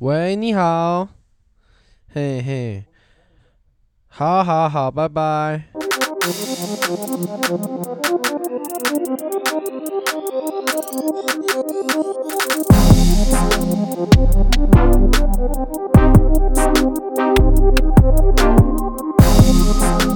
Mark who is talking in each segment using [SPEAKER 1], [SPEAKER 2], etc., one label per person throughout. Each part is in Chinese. [SPEAKER 1] 喂，你好，嘿嘿，好好好，拜拜。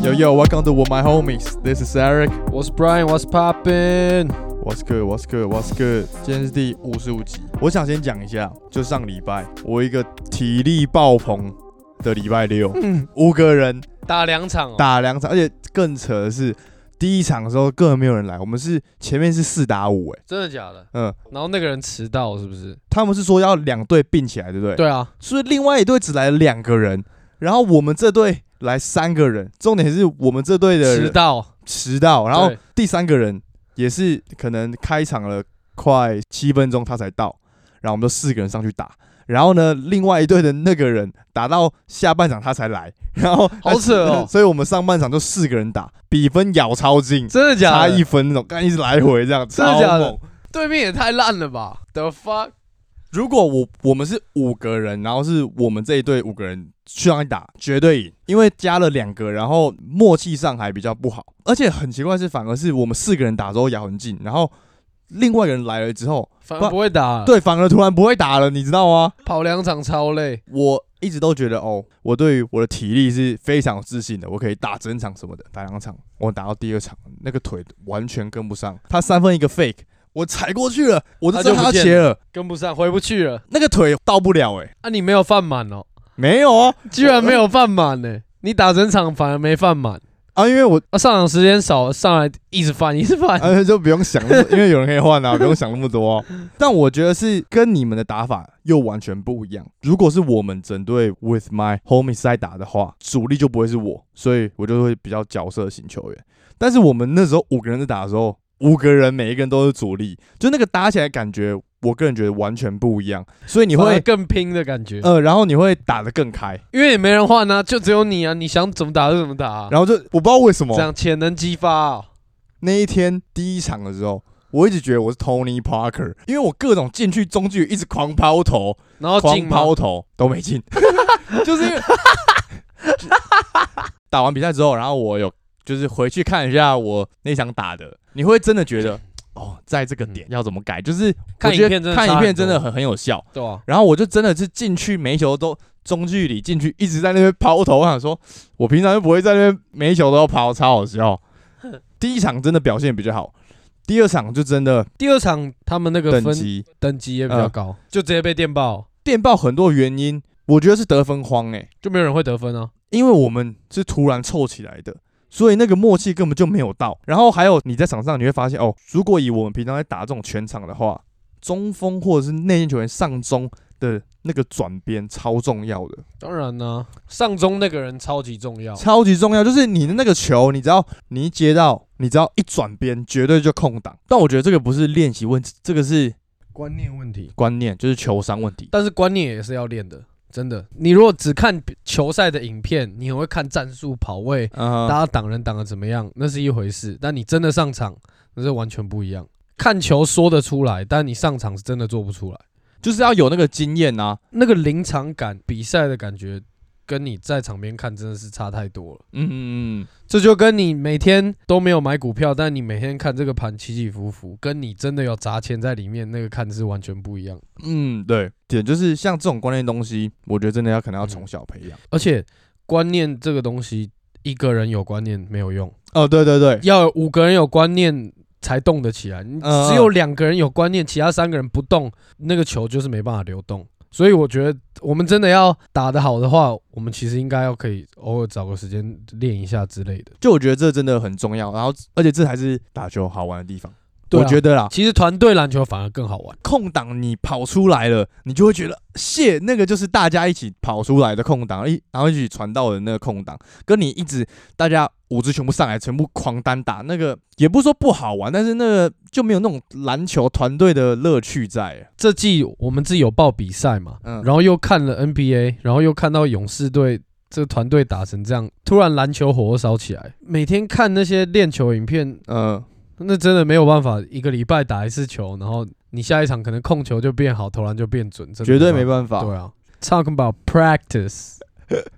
[SPEAKER 2] Yo yo, welcome to with my homies. This is Eric.
[SPEAKER 1] What's Brian? What's poppin?
[SPEAKER 2] What's good? What's good? What's good? 今天是第五十五集。我想先讲一下，就上礼拜我一个体力爆棚的礼拜六，
[SPEAKER 1] 嗯，
[SPEAKER 2] 五个人
[SPEAKER 1] 打两场、哦，
[SPEAKER 2] 打两场，而且更扯的是，第一场的时候根本没有人来，我们是前面是四打五，哎，
[SPEAKER 1] 真的假的？
[SPEAKER 2] 嗯，
[SPEAKER 1] 然后那个人迟到是不是？
[SPEAKER 2] 他们是说要两队并起来，对不对？，
[SPEAKER 1] 对啊，
[SPEAKER 2] 所以另外一队只来了两个人，然后我们这队来三个人，重点是我们这队的人
[SPEAKER 1] 迟到，
[SPEAKER 2] 迟到，然后
[SPEAKER 1] 对
[SPEAKER 2] 第三个人也是可能开场了快七分钟他才到，然后我们就四个人上去打，然后呢，另外一队的那个人打到下半场他才来， 然后
[SPEAKER 1] 好扯哦
[SPEAKER 2] 所以我们上半场就四个人打，比分咬超近，
[SPEAKER 1] 真的假
[SPEAKER 2] 差一
[SPEAKER 1] 的？
[SPEAKER 2] 分那种，干一直来回这 样，
[SPEAKER 1] 真的假的
[SPEAKER 2] 超猛？
[SPEAKER 1] 对面也太烂了吧！The fuck？
[SPEAKER 2] 如果我我们是五个人，然后是我们这一队五个人去上去打，绝对赢，因为加了两个，然后默契上还比较不好，而且很奇怪是，反而是我们四个人打之后咬很近，然后另外一个人来了之后，
[SPEAKER 1] 反正不会打了，
[SPEAKER 2] 对，反而突然不会打了，你知道吗？
[SPEAKER 1] 跑两场超累。
[SPEAKER 2] 我一直都觉得哦，我对于我的体力是非常有自信的，我可以打整场什么的，打两场，我打到第二场那个腿完全跟不上，他三分一个 fake，我踩过去了，我都知道
[SPEAKER 1] 他就
[SPEAKER 2] 他
[SPEAKER 1] 不
[SPEAKER 2] 要
[SPEAKER 1] 见
[SPEAKER 2] 切了，
[SPEAKER 1] 跟不上，回不去了。
[SPEAKER 2] 那个腿到不了哎、欸
[SPEAKER 1] 啊，你没有犯满 哦，
[SPEAKER 2] 没有哦，
[SPEAKER 1] 居然没有犯满呢、你打整场反而没犯满，
[SPEAKER 2] 啊，因为我
[SPEAKER 1] 啊，上场时间少，上来一直犯，一直犯。
[SPEAKER 2] 啊就不用想那么，因为有人可以换啊，不用想那么多、 但我觉得是跟你们的打法又完全不一样。如果是我们整队 with my homies 在打的话，主力就不会是我，所以我就会比较角色型球员。但是我们那时候五个人在打的时候，五个人每一个人都是主力，就那个打起来感觉，我个人觉得完全不一样。所以你
[SPEAKER 1] 你会
[SPEAKER 2] 会
[SPEAKER 1] 更拼的感觉，
[SPEAKER 2] 呃，然后你会打得更开，
[SPEAKER 1] 因为也没人换啊，就只有你啊，你想怎么打就怎么打、啊，
[SPEAKER 2] 然后就我不知道为什么
[SPEAKER 1] 这样潜能激发、哦。
[SPEAKER 2] 那一天第一场的时候，我一直觉得我是 Tony Parker，因为我各种禁区、中距一直狂抛投、
[SPEAKER 1] 然后哦进
[SPEAKER 2] 狂
[SPEAKER 1] 吗？
[SPEAKER 2] 抛投都没进， 就是因为打完比赛之后，然后我有就是回去看一下我那场打的，你会真的 觉得哦，在这个点要怎么改，就是
[SPEAKER 1] 嗯看
[SPEAKER 2] 我觉
[SPEAKER 1] 影片真
[SPEAKER 2] 得
[SPEAKER 1] 的
[SPEAKER 2] 看
[SPEAKER 1] 差
[SPEAKER 2] 影
[SPEAKER 1] 很
[SPEAKER 2] 片真的
[SPEAKER 1] 多
[SPEAKER 2] 很很有效。
[SPEAKER 1] 对啊，
[SPEAKER 2] 然后我就真的是进去每一球都中距离进去，一直在那边抛投。我想说，我平常就不会在那边每一球都要抛，超 好笑。第一场真的表现比较好，第二场就真的
[SPEAKER 1] 第二场他们那个
[SPEAKER 2] 等
[SPEAKER 1] 分
[SPEAKER 2] 级
[SPEAKER 1] 等级也比较高，就直接被电爆，
[SPEAKER 2] 电爆很多原因，我觉得是得分荒诶、欸
[SPEAKER 1] 就没有人会得分啊。
[SPEAKER 2] 因为我们是突然凑起来的。所以那个默契根本就没有到，然后还有你在场上你会发现哦，如果以我们平常在打这种全场的话，中锋或者是内线球员上中的那个转边超重要的，
[SPEAKER 1] 当然呢、上中那个人超级重要，
[SPEAKER 2] 超级重要，就是你的那个球，你只要你一接到，你只要一转边，绝对就空档。但我觉得这个不是练习问题，这个是
[SPEAKER 1] 观念问题，
[SPEAKER 2] 观念，就是球商问题。
[SPEAKER 1] 但是观念也是要练的，真的。你如果只看球赛的影片，你很会看战术、跑位，
[SPEAKER 2] 嗯、
[SPEAKER 1] 大家挡人挡的怎么样，那是一回事。但你真的上场，那是完全不一样。看球说得出来，但你上场是真的做不出来。
[SPEAKER 2] 就是要有那个经验啊。
[SPEAKER 1] 那个临场感、比赛的感觉，跟你在场边看真的是差太多了。
[SPEAKER 2] 嗯嗯嗯，
[SPEAKER 1] 这就跟你每天都没有买股票，但你每天看这个盘起起伏伏，跟你真的有砸钱在里面那个看是完全不一样。
[SPEAKER 2] 嗯，对，嗯点就是像这种观念东西，我觉得真的要可能要从小培养。
[SPEAKER 1] 而且观念这个东西，一个人有观念没有用，
[SPEAKER 2] 哦，对对对，
[SPEAKER 1] 要有五个人有观念才动得起来。你
[SPEAKER 2] 嗯
[SPEAKER 1] 只有两个人有观念，其他三个人不动，那个球就是没办法流动。所以我觉得，我们真的要打得好的话，我们其实应该要可以偶尔找个时间练一下之类的。
[SPEAKER 2] 就我觉得这真的很重要。然后，而且这才是打球好玩的地方。
[SPEAKER 1] 对啊
[SPEAKER 2] 我觉得啦，
[SPEAKER 1] 其实团队篮球反而更好玩。
[SPEAKER 2] 空档你跑出来了，你就会觉得谢那个就是大家一起跑出来的空档，一然后一起传到的那个空档，跟你一直大家五支全部上来，全部狂单打，那个也不是说不好玩，但是那个就没有那种篮球团队的乐趣在。啊
[SPEAKER 1] 这季我们自己有报比赛嘛，
[SPEAKER 2] 嗯
[SPEAKER 1] 然后又看了 NBA，然后又看到勇士队这个团队打成这样，突然篮球火烧起来。每天看那些练球影片，
[SPEAKER 2] 嗯，
[SPEAKER 1] 那真的没有办法，一个礼拜打一次球，然后你下一场可能控球就变好，投篮就变准，真的
[SPEAKER 2] 绝对没
[SPEAKER 1] 办
[SPEAKER 2] 办
[SPEAKER 1] 法。
[SPEAKER 2] 法。
[SPEAKER 1] 对啊， talk about practice，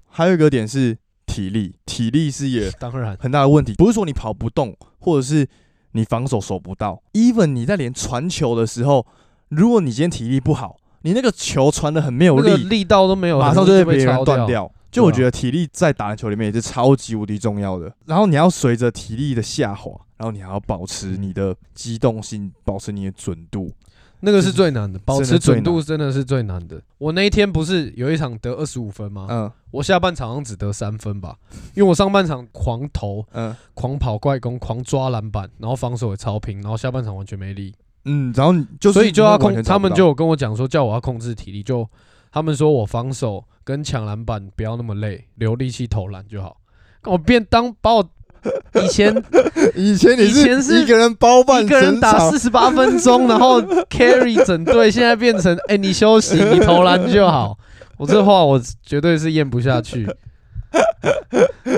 [SPEAKER 2] 还有一个点是体力，体力是也
[SPEAKER 1] 当然
[SPEAKER 2] 很大的问题，不是说你跑不动，或者是你防守守不到，even 你在连传球的时候，如果你今天体力不好，你那个球传的很没有
[SPEAKER 1] 那
[SPEAKER 2] 力，
[SPEAKER 1] 个力道都没有，
[SPEAKER 2] 马上
[SPEAKER 1] 很
[SPEAKER 2] 就
[SPEAKER 1] 容易
[SPEAKER 2] 被
[SPEAKER 1] 就被
[SPEAKER 2] 别人
[SPEAKER 1] 抄
[SPEAKER 2] 断
[SPEAKER 1] 掉。
[SPEAKER 2] 掉。就我觉得体力在打篮球里面也是超级无敌重要的。然后你要随着体力的下滑，然后你还要保持你的机动性，保持你的准度。
[SPEAKER 1] 那个是最难的，保
[SPEAKER 2] 真的
[SPEAKER 1] 持
[SPEAKER 2] 最
[SPEAKER 1] 准度
[SPEAKER 2] 难
[SPEAKER 1] 真的是最难的。我那一天不是有一场得二十五分吗？
[SPEAKER 2] 嗯
[SPEAKER 1] 我下半场好像只得三分吧，因为我上半场狂投、
[SPEAKER 2] 嗯
[SPEAKER 1] 狂跑快攻、狂抓篮板，然后防守也超平，然后下半场完全没力，
[SPEAKER 2] 嗯，然后你就是
[SPEAKER 1] 所以就要
[SPEAKER 2] 完
[SPEAKER 1] 控。
[SPEAKER 2] 全找
[SPEAKER 1] 他
[SPEAKER 2] 不
[SPEAKER 1] 们
[SPEAKER 2] 到
[SPEAKER 1] 就有跟我讲说，叫我要控制体力，就他们说我防守跟抢篮板不要那么累，留力气投篮就好。我便当把我以 前
[SPEAKER 2] 以前你
[SPEAKER 1] 以前是
[SPEAKER 2] 一个人包办
[SPEAKER 1] 一个人
[SPEAKER 2] 整
[SPEAKER 1] 打
[SPEAKER 2] 场
[SPEAKER 1] 四十八分钟，然后 carry 整队，现在变成哎、欸你休息，你投篮就好。我这话我绝对是咽不下去，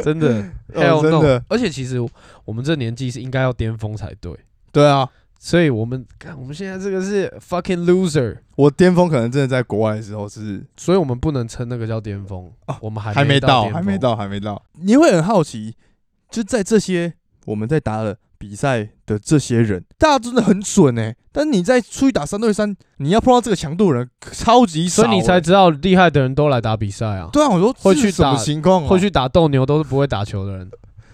[SPEAKER 1] 真的
[SPEAKER 2] 哦
[SPEAKER 1] hell
[SPEAKER 2] 真
[SPEAKER 1] no！、
[SPEAKER 2] 的
[SPEAKER 1] 而且其实我们这年纪是应该要巅峰才对，
[SPEAKER 2] 对啊，
[SPEAKER 1] 所以我们看我们现在这个是 fucking loser，
[SPEAKER 2] 我巅峰可能真的在国外的时候是
[SPEAKER 1] 所以我们不能称那个叫巅峰，
[SPEAKER 2] 哦
[SPEAKER 1] 我们还
[SPEAKER 2] 还没到，
[SPEAKER 1] 巅峰
[SPEAKER 2] 还没。到，还没到。你会很好奇，就在这些我们在打了比赛的这些人，大家真的很准哎、但你在出去打三对三，你要碰到这个强度的人超级少
[SPEAKER 1] 所
[SPEAKER 2] 欸、
[SPEAKER 1] 以你才知道厉害的人都来打比赛啊，
[SPEAKER 2] 对啊，我说
[SPEAKER 1] 会
[SPEAKER 2] 这
[SPEAKER 1] 去
[SPEAKER 2] 是什么
[SPEAKER 1] 打
[SPEAKER 2] 情况、啊？
[SPEAKER 1] 会去打斗牛都是不会打球的人，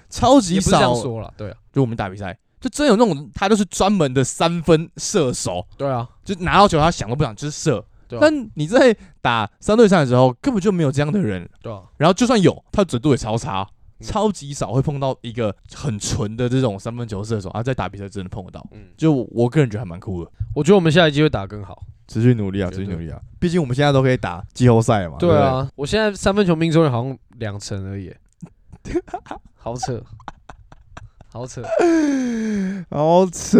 [SPEAKER 2] 超
[SPEAKER 1] 也
[SPEAKER 2] 级
[SPEAKER 1] 不是这
[SPEAKER 2] 少
[SPEAKER 1] 样，说了，对啊，
[SPEAKER 2] 就我们打比赛，就真有那种他就是专门的三分射手，
[SPEAKER 1] 对啊，
[SPEAKER 2] 就拿到球他想都不想就是射。
[SPEAKER 1] 对啊
[SPEAKER 2] 但你在打三对三的时候，根本就没有这样的人，
[SPEAKER 1] 对啊，
[SPEAKER 2] 然后就算有，他的准度也超差，
[SPEAKER 1] 嗯
[SPEAKER 2] 超级少会碰到一个很纯的这种三分球射手啊，在打比赛真的碰得到。
[SPEAKER 1] 嗯，
[SPEAKER 2] 就我个人觉得还蛮酷的，
[SPEAKER 1] 我觉得我们下一季会打更好。
[SPEAKER 2] 持续努力啊，
[SPEAKER 1] 绝对
[SPEAKER 2] 持续努力啊！毕竟我们现在都可以打季后赛嘛。对
[SPEAKER 1] 对
[SPEAKER 2] 不对，
[SPEAKER 1] 啊，我现在三分球命中率好像两成而已耶， 好扯，好扯，
[SPEAKER 2] 好扯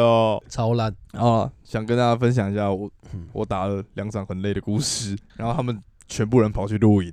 [SPEAKER 2] 哦。
[SPEAKER 1] 超烂。
[SPEAKER 2] 啊，想跟大家分享一下我
[SPEAKER 1] 嗯
[SPEAKER 2] 我打了两场很累的故事，然后他们全部人跑去露营。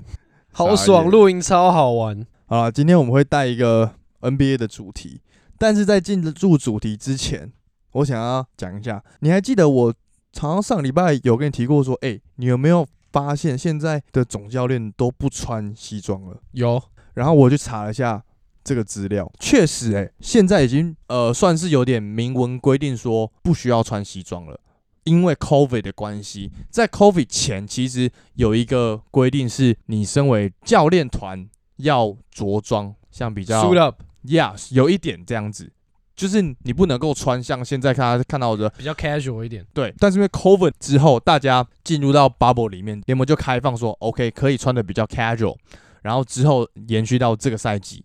[SPEAKER 1] 好爽，
[SPEAKER 2] 眼
[SPEAKER 1] 露营超好玩。
[SPEAKER 2] 好啦，今天我们会带一个 NBA 的主题，但是在进入主题之前，我想要讲一下，你还记得我常常上礼拜有跟你提过说，哎、你有没有发现现在的总教练都不穿西装了？
[SPEAKER 1] 有，
[SPEAKER 2] 然后我去查了一下这个资料，确实、欸，现在已经呃算是有点明文规定说不需要穿西装了。因为 COVID 的关系，在 COVID 前其实有一个规定是，你身为教练团要着装，像比较
[SPEAKER 1] suit up
[SPEAKER 2] yes 有一点这样子，就是你不能够穿像现在看看到的
[SPEAKER 1] 比较 casual 一点，
[SPEAKER 2] 对，但是因为 COVID 之后，大家进入到 bubble 里面，联盟就开放说，OK，可以穿的比较 casual，然后之后延续到这个赛季，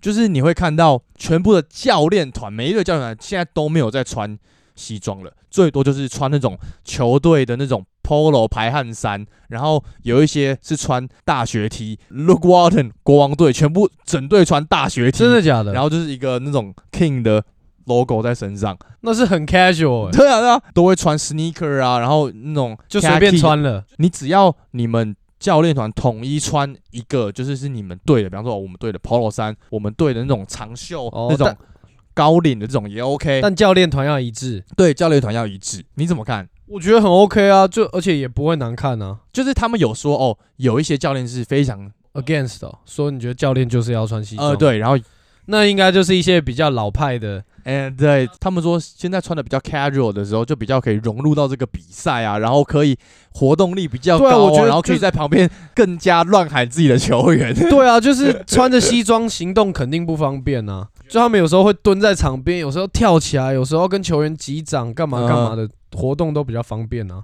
[SPEAKER 2] 就是你会看到全部的教练团，每一队教练团现在都没有在穿西装了，最多就是穿那种球队的那种 polo 排汗衫，然后有一些是穿大学 T。Look Walton 国王队全部整队穿大学 T，
[SPEAKER 1] 真的假的？
[SPEAKER 2] 然后就是一个那种 King 的 logo 在身上。
[SPEAKER 1] 那是很 casual，欸
[SPEAKER 2] 对啊，对啊，都会穿 sneaker 啊，然后那种
[SPEAKER 1] 就随便
[SPEAKER 2] khaki。
[SPEAKER 1] 穿了。
[SPEAKER 2] 你只要你们教练团统一穿一个，就是是你们队的，比方说我们队的 polo 衫，我们队的那种长袖、
[SPEAKER 1] 哦
[SPEAKER 2] 那种
[SPEAKER 1] 但
[SPEAKER 2] 高领的这种也 OK。
[SPEAKER 1] 但教练团要一致，
[SPEAKER 2] 对，教练团要一致。你怎么看？
[SPEAKER 1] 我觉得很 OK 啊，就而且也不会难看啊。
[SPEAKER 2] 就是他们有说哦，有一些教练是非常
[SPEAKER 1] Against 哦，说你觉得教练就是要穿西装，
[SPEAKER 2] 嗯呃，对，然后
[SPEAKER 1] 那应该就是一些比较老派 的，
[SPEAKER 2] 哎，对他们说，现在穿的比较 casual 的时候，就比较可以融入到这个比赛啊，然后可以活动力比较
[SPEAKER 1] 对啊
[SPEAKER 2] 高、
[SPEAKER 1] 我觉
[SPEAKER 2] 啊，
[SPEAKER 1] 得
[SPEAKER 2] 然后可以
[SPEAKER 1] 就
[SPEAKER 2] 在旁边更加乱喊自己的球员。
[SPEAKER 1] 对啊，就是穿着西装行动肯定不方便 啊。就他们有时候会蹲在场边，有时候跳起来，有时候跟球员击掌，干嘛
[SPEAKER 2] 嗯
[SPEAKER 1] 干嘛的活动都比较方便啊。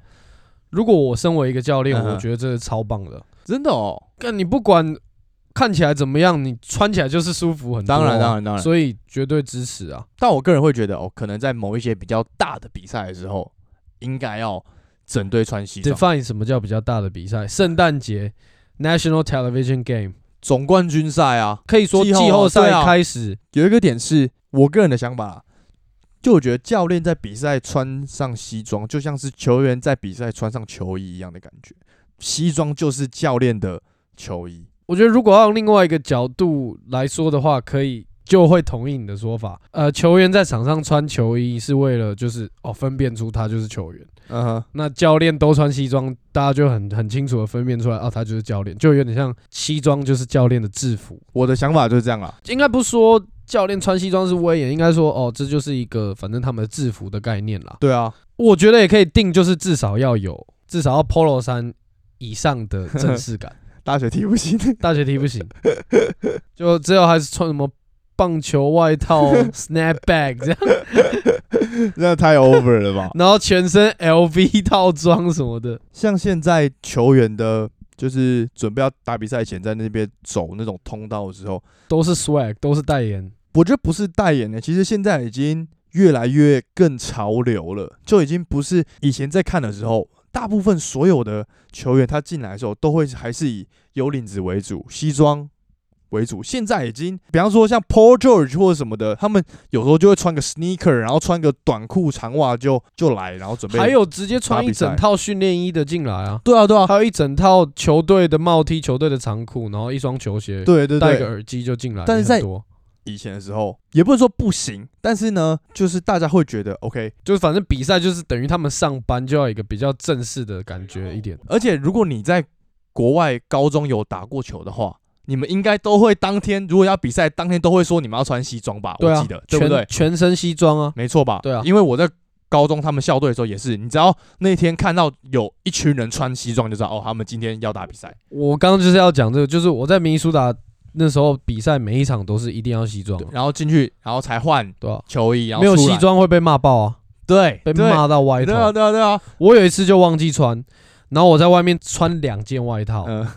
[SPEAKER 1] 如果我身为一个教练，
[SPEAKER 2] 嗯哼
[SPEAKER 1] 我觉得这是超棒的。
[SPEAKER 2] 真的哦，
[SPEAKER 1] 但你不管看起来怎么样，你穿起来就是舒服很多啊、
[SPEAKER 2] 当然当然当然。
[SPEAKER 1] 所以绝对支持啊。
[SPEAKER 2] 但我个人会觉得，哦，可能在某一些比较大的比赛的时候，应该要整队穿西装。
[SPEAKER 1] Define 什么叫比较大的比赛？圣诞节 National Television Game
[SPEAKER 2] 总冠军赛啊，
[SPEAKER 1] 可以说
[SPEAKER 2] 季
[SPEAKER 1] 季
[SPEAKER 2] 后
[SPEAKER 1] 后赛
[SPEAKER 2] 对啊
[SPEAKER 1] 开始，
[SPEAKER 2] 有一个点是我个人的想法啦，就我觉得教练在比赛穿上西装，就像是球员在比赛穿上球衣一样的感觉。西装就是教练的球衣。
[SPEAKER 1] 我觉得如果要用另外一个角度来说的话，可以就会同意你的说法。呃，球员在场上穿球衣是为了就是哦分辨出他就是球员。
[SPEAKER 2] 嗯哼，
[SPEAKER 1] 那教练都穿西装，大家就很很清楚的分辨出来，哦，他就是教练，就有点像西装就是教练的制服。
[SPEAKER 2] 我的想法就是这样啦。
[SPEAKER 1] 应该不说教练穿西装是威严，应该说哦，这就是一个反正他们的制服的概念啦。
[SPEAKER 2] 对啊，
[SPEAKER 1] 我觉得也可以定，就是至少要有至少要 polo 衫以上的正式 感。
[SPEAKER 2] 大学踢不行，
[SPEAKER 1] 大学踢不行，就只有还是穿什么棒球外 套、snapback 这样，
[SPEAKER 2] 那太 over 了吧？
[SPEAKER 1] 然后全身 LV 套装什么的。
[SPEAKER 2] 像现在球员的，就是准备要打比赛前，在那边走那种通道的时候，
[SPEAKER 1] 都是 swag，都是代言，
[SPEAKER 2] 我觉得不是代言欸的，其实现在已经越来越更潮流了，就已经不是以前在看的时候，大部分所有的球员他进来的时候都会还是以有领子为主，西装。为主，现在已经，比方说像 Paul George 或者什么的，他们有时候就会穿个 sneaker，然后穿个短裤、长袜就就来，然后准备。
[SPEAKER 1] 还，有直接穿
[SPEAKER 2] 打
[SPEAKER 1] 一
[SPEAKER 2] 比赛
[SPEAKER 1] 整套训练衣的进来啊，
[SPEAKER 2] 对啊，对啊，
[SPEAKER 1] 还有一整套球队的帽 T、球队的长裤，然后一双球鞋，
[SPEAKER 2] 对对
[SPEAKER 1] 戴
[SPEAKER 2] 对
[SPEAKER 1] 个，耳机就进来，
[SPEAKER 2] 但是
[SPEAKER 1] 也
[SPEAKER 2] 在
[SPEAKER 1] 很多，
[SPEAKER 2] 以前的时候，也不是说不行，但是呢，就是大家会觉得 OK。
[SPEAKER 1] 就是反正比赛就是等于他们上班就要有一个比较正式的感觉一点。
[SPEAKER 2] 而且如果你在国外高中有打过球的话，你们应该都会当天如果要比赛，当天都会说你们要穿西装吧？
[SPEAKER 1] 对
[SPEAKER 2] 我
[SPEAKER 1] 啊
[SPEAKER 2] 记得，，对
[SPEAKER 1] 全
[SPEAKER 2] 不对？
[SPEAKER 1] 全身西装啊，
[SPEAKER 2] 没错吧？
[SPEAKER 1] 对啊
[SPEAKER 2] 因为我在高中他们校队的时候也是，你只要那天看到有一群人穿西装，就知道哦，他们今天要打比赛。
[SPEAKER 1] 我刚刚就是要讲这个，就是我在明尼苏达那时候比赛，每一场都是一定要西装啊、
[SPEAKER 2] 然后进去，然后才换
[SPEAKER 1] 对啊
[SPEAKER 2] 球衣，然后
[SPEAKER 1] 没有
[SPEAKER 2] 出来
[SPEAKER 1] 西，装会被骂爆啊，
[SPEAKER 2] 对，
[SPEAKER 1] 被
[SPEAKER 2] 对
[SPEAKER 1] 骂到歪
[SPEAKER 2] 对啊，
[SPEAKER 1] 头。
[SPEAKER 2] 对啊，对啊，
[SPEAKER 1] 我有一次就忘记穿，然后我在外面穿两件外套，
[SPEAKER 2] 嗯。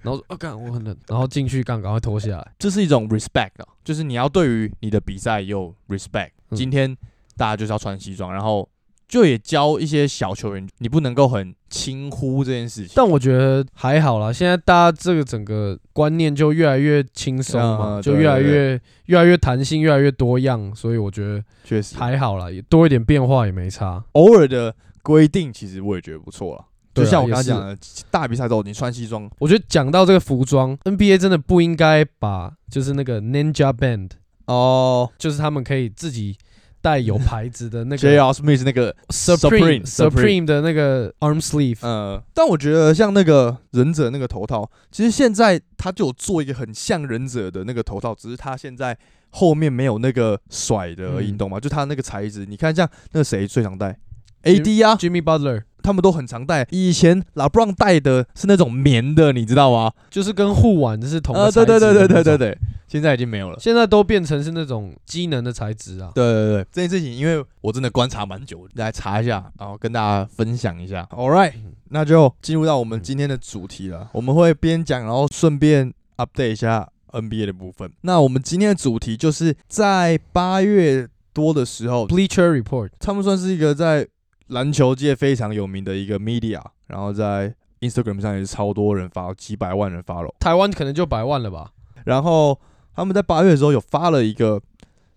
[SPEAKER 1] 然后说啊干我很冷，然后进去干赶快脱下来。
[SPEAKER 2] 这是一种 respect 啊，就是你要对于你的比赛有 respect。
[SPEAKER 1] 嗯
[SPEAKER 2] 今天大家就是要穿西装，然后就也教一些小球员，你不能够很轻忽这件事情。
[SPEAKER 1] 但我觉得还好啦，现在大家这个整个观念就越来越轻松嘛，
[SPEAKER 2] 嗯
[SPEAKER 1] 就
[SPEAKER 2] 对
[SPEAKER 1] 越来
[SPEAKER 2] 对
[SPEAKER 1] 越越来越弹性，越来越多样，所以我觉得
[SPEAKER 2] 确实，
[SPEAKER 1] 还好啦，也多一点变化也没差。
[SPEAKER 2] 偶尔的规定其实我也觉得不错了。
[SPEAKER 1] 对
[SPEAKER 2] 就
[SPEAKER 1] 啊
[SPEAKER 2] 像我刚
[SPEAKER 1] 也
[SPEAKER 2] 刚
[SPEAKER 1] 是
[SPEAKER 2] 讲的，大比赛之后你穿西装，
[SPEAKER 1] 我觉得讲到这个服装，NBA 真的不应该把就是那个 Ninja Band，
[SPEAKER 2] 哦
[SPEAKER 1] 就是他们可以自己带有牌子 的那个
[SPEAKER 2] ，J.R. Smith 那个，
[SPEAKER 1] Supreme
[SPEAKER 2] Supreme，
[SPEAKER 1] Supreme 的那个 arm sleeve，
[SPEAKER 2] 呃，但我觉得像那个忍者那个头套，其实现在他就有做一个很像忍者的那个头套，只是他现在后面没有那个甩的而已，
[SPEAKER 1] 嗯
[SPEAKER 2] 你懂吗？就他那个材质，你看像那谁最常戴？AD 啊，
[SPEAKER 1] Jimmy Butler
[SPEAKER 2] 他们都很常戴。以前拉布朗戴的是那种棉的，你知道吗？
[SPEAKER 1] 就是跟护腕是同
[SPEAKER 2] 呃，
[SPEAKER 1] 个
[SPEAKER 2] 对对对
[SPEAKER 1] 材质的
[SPEAKER 2] 对对
[SPEAKER 1] 那
[SPEAKER 2] 对
[SPEAKER 1] 种，
[SPEAKER 2] 对，现在已经没有了。
[SPEAKER 1] 现在都变成是那种机能的材质啊。
[SPEAKER 2] 对对对，这件事情因为我真的观察蛮久，来查一下，然后跟大家分享一下。All right，
[SPEAKER 1] 嗯
[SPEAKER 2] 那就进入到我们今天的主题了。我们会边讲，然后顺便 update 一下 NBA 的部分。那我们今天的主题就是在八月多的时候，
[SPEAKER 1] Bleacher Report，
[SPEAKER 2] 他们算是一个在篮球界非常有名的一个 media，然后在 Instagram 上也是超多人发，几百万人发了。
[SPEAKER 1] 台湾可能就百万了吧。
[SPEAKER 2] 然后他们在八月的时候有发了一个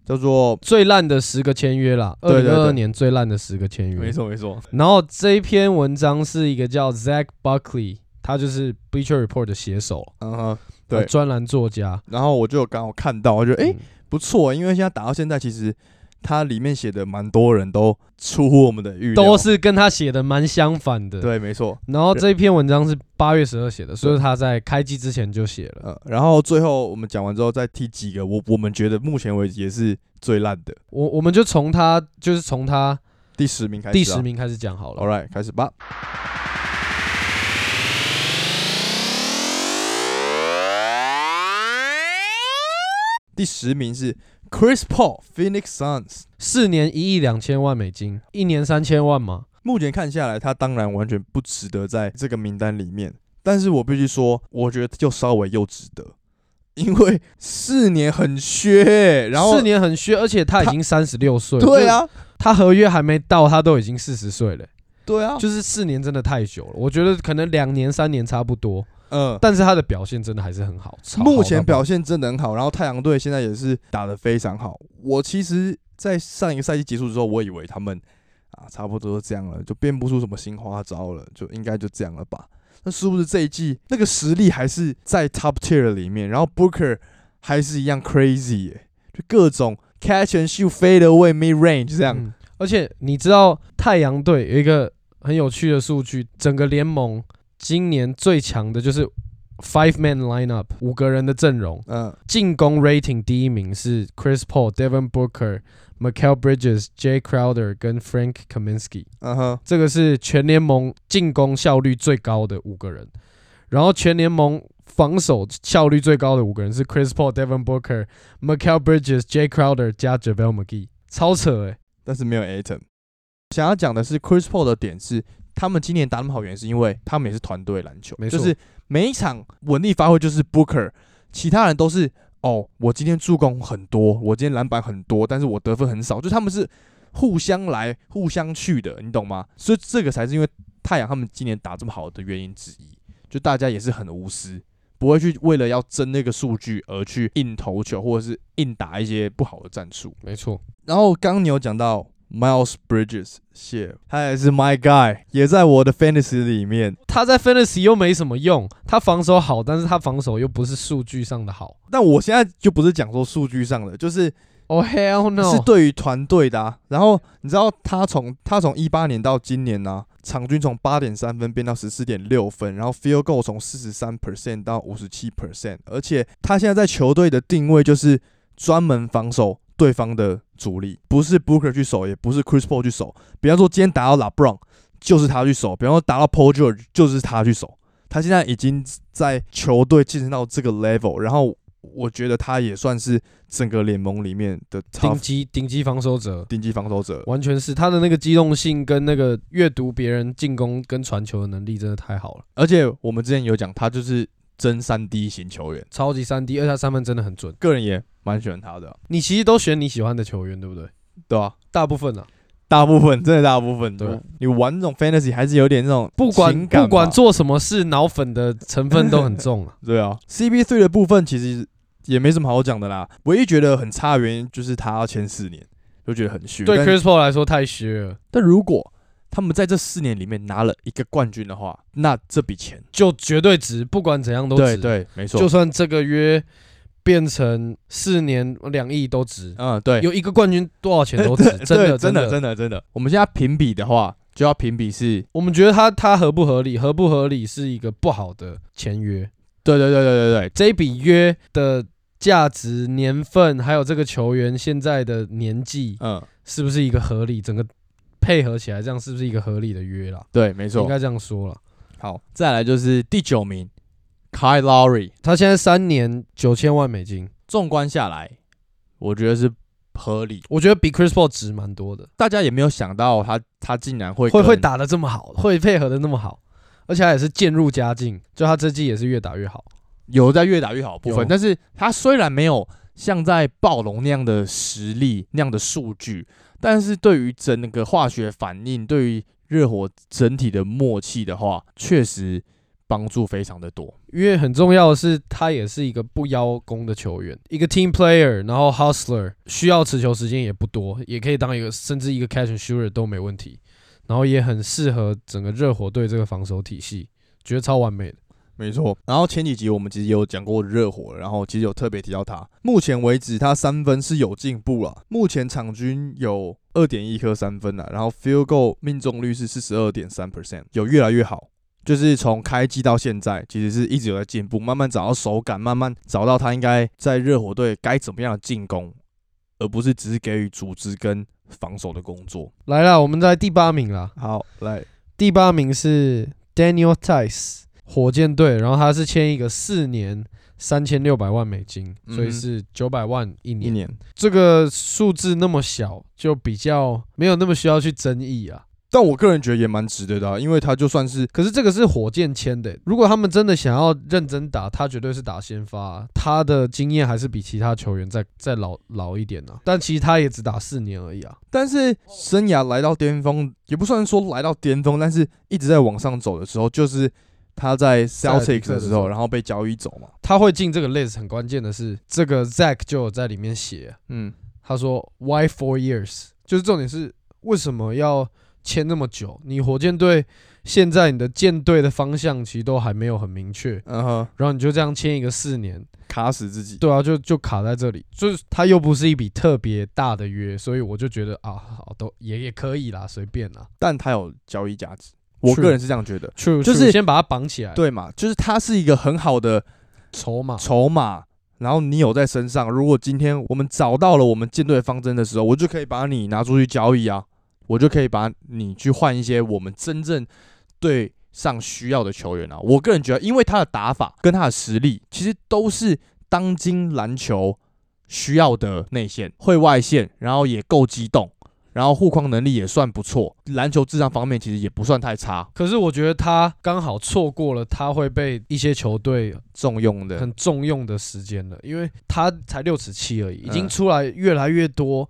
[SPEAKER 2] 叫做。
[SPEAKER 1] 最烂的十个签约啦，二
[SPEAKER 2] 对对
[SPEAKER 1] 零
[SPEAKER 2] 对
[SPEAKER 1] 二二年最烂的十个签约。
[SPEAKER 2] 没错没错，
[SPEAKER 1] 然后这一篇文章是一个叫 Zach Buckley，他就是 Bleacher Report 的写手，
[SPEAKER 2] 嗯哼，对
[SPEAKER 1] 专栏作家。
[SPEAKER 2] 然后我就有刚好看到，我觉得哎、诶
[SPEAKER 1] 嗯
[SPEAKER 2] 不错，因为现在打到现在，其实它里面写的蛮多人都出乎我们的预料，
[SPEAKER 1] 都是跟他写的蛮相反的。。
[SPEAKER 2] 对，没错。
[SPEAKER 1] 然后这篇文章是八月十二写的，所以他在开机之前就写了。
[SPEAKER 2] 呃，然后最后我们讲完之后，再提几个我我们觉得目前为止也是最烂的
[SPEAKER 1] 我我们就从他就是从他
[SPEAKER 2] 第十名开始、啊。
[SPEAKER 1] 第十名开始讲好了。
[SPEAKER 2] ，All right，开始吧。第十名是 Chris Paul Phoenix Suns，
[SPEAKER 1] 四年一亿两千万美金，一年三千万嘛。
[SPEAKER 2] 目前看下来，他当然完全不值得在这个名单里面，但是我必须说，我觉得就稍微又值得，因为四年很削、欸，然后
[SPEAKER 1] 四年很虚，而且他已经三十六岁。
[SPEAKER 2] 对，啊，
[SPEAKER 1] 他合约还没到，他都已经四十岁了。
[SPEAKER 2] 对啊，就
[SPEAKER 1] 就是四年真的太久了，我觉得可能两年三年差不多，
[SPEAKER 2] 嗯、
[SPEAKER 1] 但是他的表现真的还是很好。超
[SPEAKER 2] 目前
[SPEAKER 1] 好到爆
[SPEAKER 2] 表现真的很好，然后太阳队现在也是打得非常好。我其实，在上一个赛季结束之后，我以为他们啊差不多这样了，就变不出什么新花招了，就应该就这样了吧。那是不是这一季那个实力还是在 top tier 里面？然后 Booker 还是一样 crazy 耶、就各种 catch and shoot fade away mid range 这样。
[SPEAKER 1] 嗯而且你知道太阳队有一个很有趣的数据，整个联盟今年最强的就是 five man lineup 五个人的阵容，
[SPEAKER 2] 嗯，
[SPEAKER 1] 进攻 rating 第一名是 Chris Paul、Devin Booker、Michael Bridges、Jay Crowder 跟 Frank Kaminsky，
[SPEAKER 2] 嗯哼，
[SPEAKER 1] 这个是全联盟进攻效率最高的五个人，然后全联盟防守效率最高的五个人是 Chris Paul、Devin Booker、Michael Bridges、Jay Crowder 加 JaVale McGee，超扯诶、欸
[SPEAKER 2] 但是没有 Aton。想要讲的是 Chris Paul 的点是，他们今年打那么好，原因是因为他们也是团队篮球
[SPEAKER 1] 没，错
[SPEAKER 2] 就是每一场稳定发挥就是 Booker，其他人都是哦，我今天助攻很多，我今天篮板很多，但是我得分很少，就他们是互相来互相去的，你懂吗？所以这个才是因为太阳他们今年打这么好的原因之一，就大家也是很无私。不会去为了要争那个数据而去硬投球，或者是硬打一些不好的战术。
[SPEAKER 1] 没错，
[SPEAKER 2] 然后刚刚你有讲到 Miles Bridges，谢，他也是 My Guy，也在我的 Fantasy 里面。
[SPEAKER 1] 他在 fantasy 又没什么用，他防守好，但是他防守又不是数据上的好。
[SPEAKER 2] 但我现在就不是讲说数据上的，就是
[SPEAKER 1] 哦 hell
[SPEAKER 2] 是
[SPEAKER 1] no！
[SPEAKER 2] 对于团队的、啊。然后你知道他从他从一八年到今年呢、场均从八点三分变到十四点六分，然后 field goal 从四十三 percent 到五十七 percent，而且他现在在球队的定位就是专门防守对方的主力，不是 Booker 去守，也不是 Chris Paul 去守。比方说今天打到 LeBron，就是他去守；比方说打到 Paul George，就是他去守。他现在已经在球队晋升到这个 level，然后我觉得他也算是整个联盟里面的 top
[SPEAKER 1] 顶级顶级防守者，
[SPEAKER 2] 顶级防守者。
[SPEAKER 1] 完全是他的那个机动性跟那个阅读别人进攻跟传球的能力真的太好了，
[SPEAKER 2] 而且我们之前有讲，他就是真三 D 型球员，
[SPEAKER 1] 超级三 D，而且他三分真的很准。
[SPEAKER 2] 个人也蛮喜欢他的啊、
[SPEAKER 1] 你其实都选你喜欢的球员，对不对？
[SPEAKER 2] 对吧、啊？
[SPEAKER 1] 大部分啊，
[SPEAKER 2] 大部分真的大部分，
[SPEAKER 1] 对
[SPEAKER 2] 我你玩这种 fantasy 还是有点那种
[SPEAKER 1] 不管
[SPEAKER 2] 情感吧
[SPEAKER 1] 不管做什么事，脑粉的成分都很重 啊。
[SPEAKER 2] 对啊，CB3 的部分其实也没什么好讲的啦。唯一觉得很差的原因就是他要签四年，就觉得很虚。
[SPEAKER 1] 对
[SPEAKER 2] 但
[SPEAKER 1] Chris Paul 来说太虚了，
[SPEAKER 2] 但如果他们在这四年里面拿了一个冠军的话，那这笔钱，
[SPEAKER 1] 就绝对值，不管怎样都
[SPEAKER 2] 对
[SPEAKER 1] 值。
[SPEAKER 2] 对，没错，
[SPEAKER 1] 就算这个约变成四年两亿都值，
[SPEAKER 2] 嗯对，
[SPEAKER 1] 有一个冠军多少钱都值，真
[SPEAKER 2] 对
[SPEAKER 1] 的
[SPEAKER 2] 真
[SPEAKER 1] 的。
[SPEAKER 2] 真的真的。我们现在评比的话，就要评比是，
[SPEAKER 1] 我们觉得他他合不合理，合不合理是一个不好的签约，
[SPEAKER 2] 对对对对对对，
[SPEAKER 1] 这一笔约的价值、年份，还有这个球员现在的年纪，
[SPEAKER 2] 嗯
[SPEAKER 1] 是不是一个合理？整个配合起来，这样是不是一个合理的约啦？
[SPEAKER 2] 对，没
[SPEAKER 1] 应
[SPEAKER 2] 错。
[SPEAKER 1] 该这样说了。
[SPEAKER 2] 好，再来就是第九名，Kyle Lowry。
[SPEAKER 1] 他现在三年九千万美金，
[SPEAKER 2] 纵观下来，我觉得是合理。
[SPEAKER 1] 我觉得比 Chris Paul 值蛮多的。
[SPEAKER 2] 大家也没有想到他他竟然会
[SPEAKER 1] 会会
[SPEAKER 2] 跟
[SPEAKER 1] 打的这么好，会配合的那么好，而且他也是渐入佳境，就他这季也是越打越好。
[SPEAKER 2] 有在越打越好的部分
[SPEAKER 1] 有，
[SPEAKER 2] 但是他虽然没有像在暴龙那样的实力、那样的数据，但是对于整个化学反应、对于热火整体的默契的话，确实帮助非常的多。
[SPEAKER 1] 因为很重要的是，他也是一个不邀功的球员，一个 team player，然后 hustler，需要持球时间也不多，也可以当一个甚至一个 catch and shooter 都没问题，然后也很适合整个热火队这个防守体系，觉得超完美的。
[SPEAKER 2] 没错，然后前几集我们其实也有讲过热火，然后其实有特别提到他。目前为止，他三分是有进步了，目前场均有二点一颗三分了，然后 field goal 命中率是四十二点三 percent，有越来越好。就是从开季到现在，其实是一直有在进步，慢慢找到手感，慢慢找到他应该在热火队该怎么样的进攻，而不是只是给予组织跟防守的工作。
[SPEAKER 1] 来啦，我们在第八名啦，
[SPEAKER 2] 好，来，
[SPEAKER 1] 第八名是 Daniel Tice，火箭队，然后他是签一个四年三千六百万美金，
[SPEAKER 2] 嗯哼
[SPEAKER 1] 所以是九百万一
[SPEAKER 2] 一
[SPEAKER 1] 年。
[SPEAKER 2] 年，
[SPEAKER 1] 这个数字那么小，就比较没有那么需要去争议啊。
[SPEAKER 2] 但我个人觉得也蛮值得的、啊，因为他就算是
[SPEAKER 1] 可是这个是火箭签的欸、如果他们真的想要认真打，他绝对是打先发啊、他的经验还是比其他球员再再老老一点呢、啊但其实他也只打四年而已啊。
[SPEAKER 2] 但是生涯来到巅峰，也不算说来到巅峰，但是一直在往上走的时候，就是他在
[SPEAKER 1] 塞尔提
[SPEAKER 2] Celtics
[SPEAKER 1] 克
[SPEAKER 2] 的
[SPEAKER 1] 的
[SPEAKER 2] 时
[SPEAKER 1] 时
[SPEAKER 2] 候，
[SPEAKER 1] 候
[SPEAKER 2] 然后被交易走嘛。
[SPEAKER 1] 他会进这个 list 很关键的是，这个 Zach 就有在里面写，
[SPEAKER 2] 嗯，
[SPEAKER 1] 他说 Why four years？就是重点是为什么要签那么久，你火箭队现在你的舰队的方向其实都还没有很明确，
[SPEAKER 2] 嗯哼，
[SPEAKER 1] 然后你就这样签一个四年，
[SPEAKER 2] 卡死自己。
[SPEAKER 1] 对啊，就就卡在这里，就是他又不是一笔特别大的约，所以我就觉得啊，好都也也可以啦，随便啦。
[SPEAKER 2] 但它有交易价值，我
[SPEAKER 1] True
[SPEAKER 2] 个人是这样觉得。
[SPEAKER 1] 就
[SPEAKER 2] 就是
[SPEAKER 1] 先把它绑起来，
[SPEAKER 2] 对嘛，就是它是一个很好的
[SPEAKER 1] 筹码，
[SPEAKER 2] 筹码，然后你有在身上。如果今天我们找到了我们舰队的方针的时候，我就可以把你拿出去交易啊，我就可以把你去换一些我们真正对上需要的球员啊。我个人觉得，因为他的打法跟他的实力，其实都是当今篮球需要的内线、会外线，然后也够机动。然后护框能力也算不错，篮球智商方面其实也不算太差，
[SPEAKER 1] 可是我觉得他刚好错过了他会被一些球队
[SPEAKER 2] 重用的
[SPEAKER 1] 很重用的时间了，因为他才六尺七而已，已经
[SPEAKER 2] 嗯
[SPEAKER 1] 出来越来越多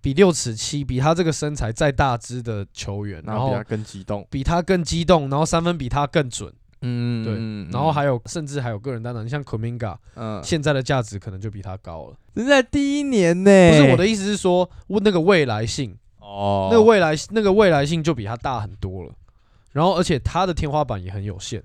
[SPEAKER 1] 比六尺七、比他这个身材再大只的球员，然
[SPEAKER 2] 然后
[SPEAKER 1] 后
[SPEAKER 2] 比他更激动，
[SPEAKER 1] 比他更激动，然后三分比他更准，
[SPEAKER 2] 嗯
[SPEAKER 1] 对
[SPEAKER 2] 对
[SPEAKER 1] 然后还有甚至还有个人单打，你像 k u m i n g a
[SPEAKER 2] 嗯，
[SPEAKER 1] 现在的价值可能就比他高了。
[SPEAKER 2] 人在第一年呢、
[SPEAKER 1] 不是我的意思是说，问那个未来性，
[SPEAKER 2] 哎哦，
[SPEAKER 1] 那个未来那个未来性就比他大很多了。然后而且他的天花板也很有限，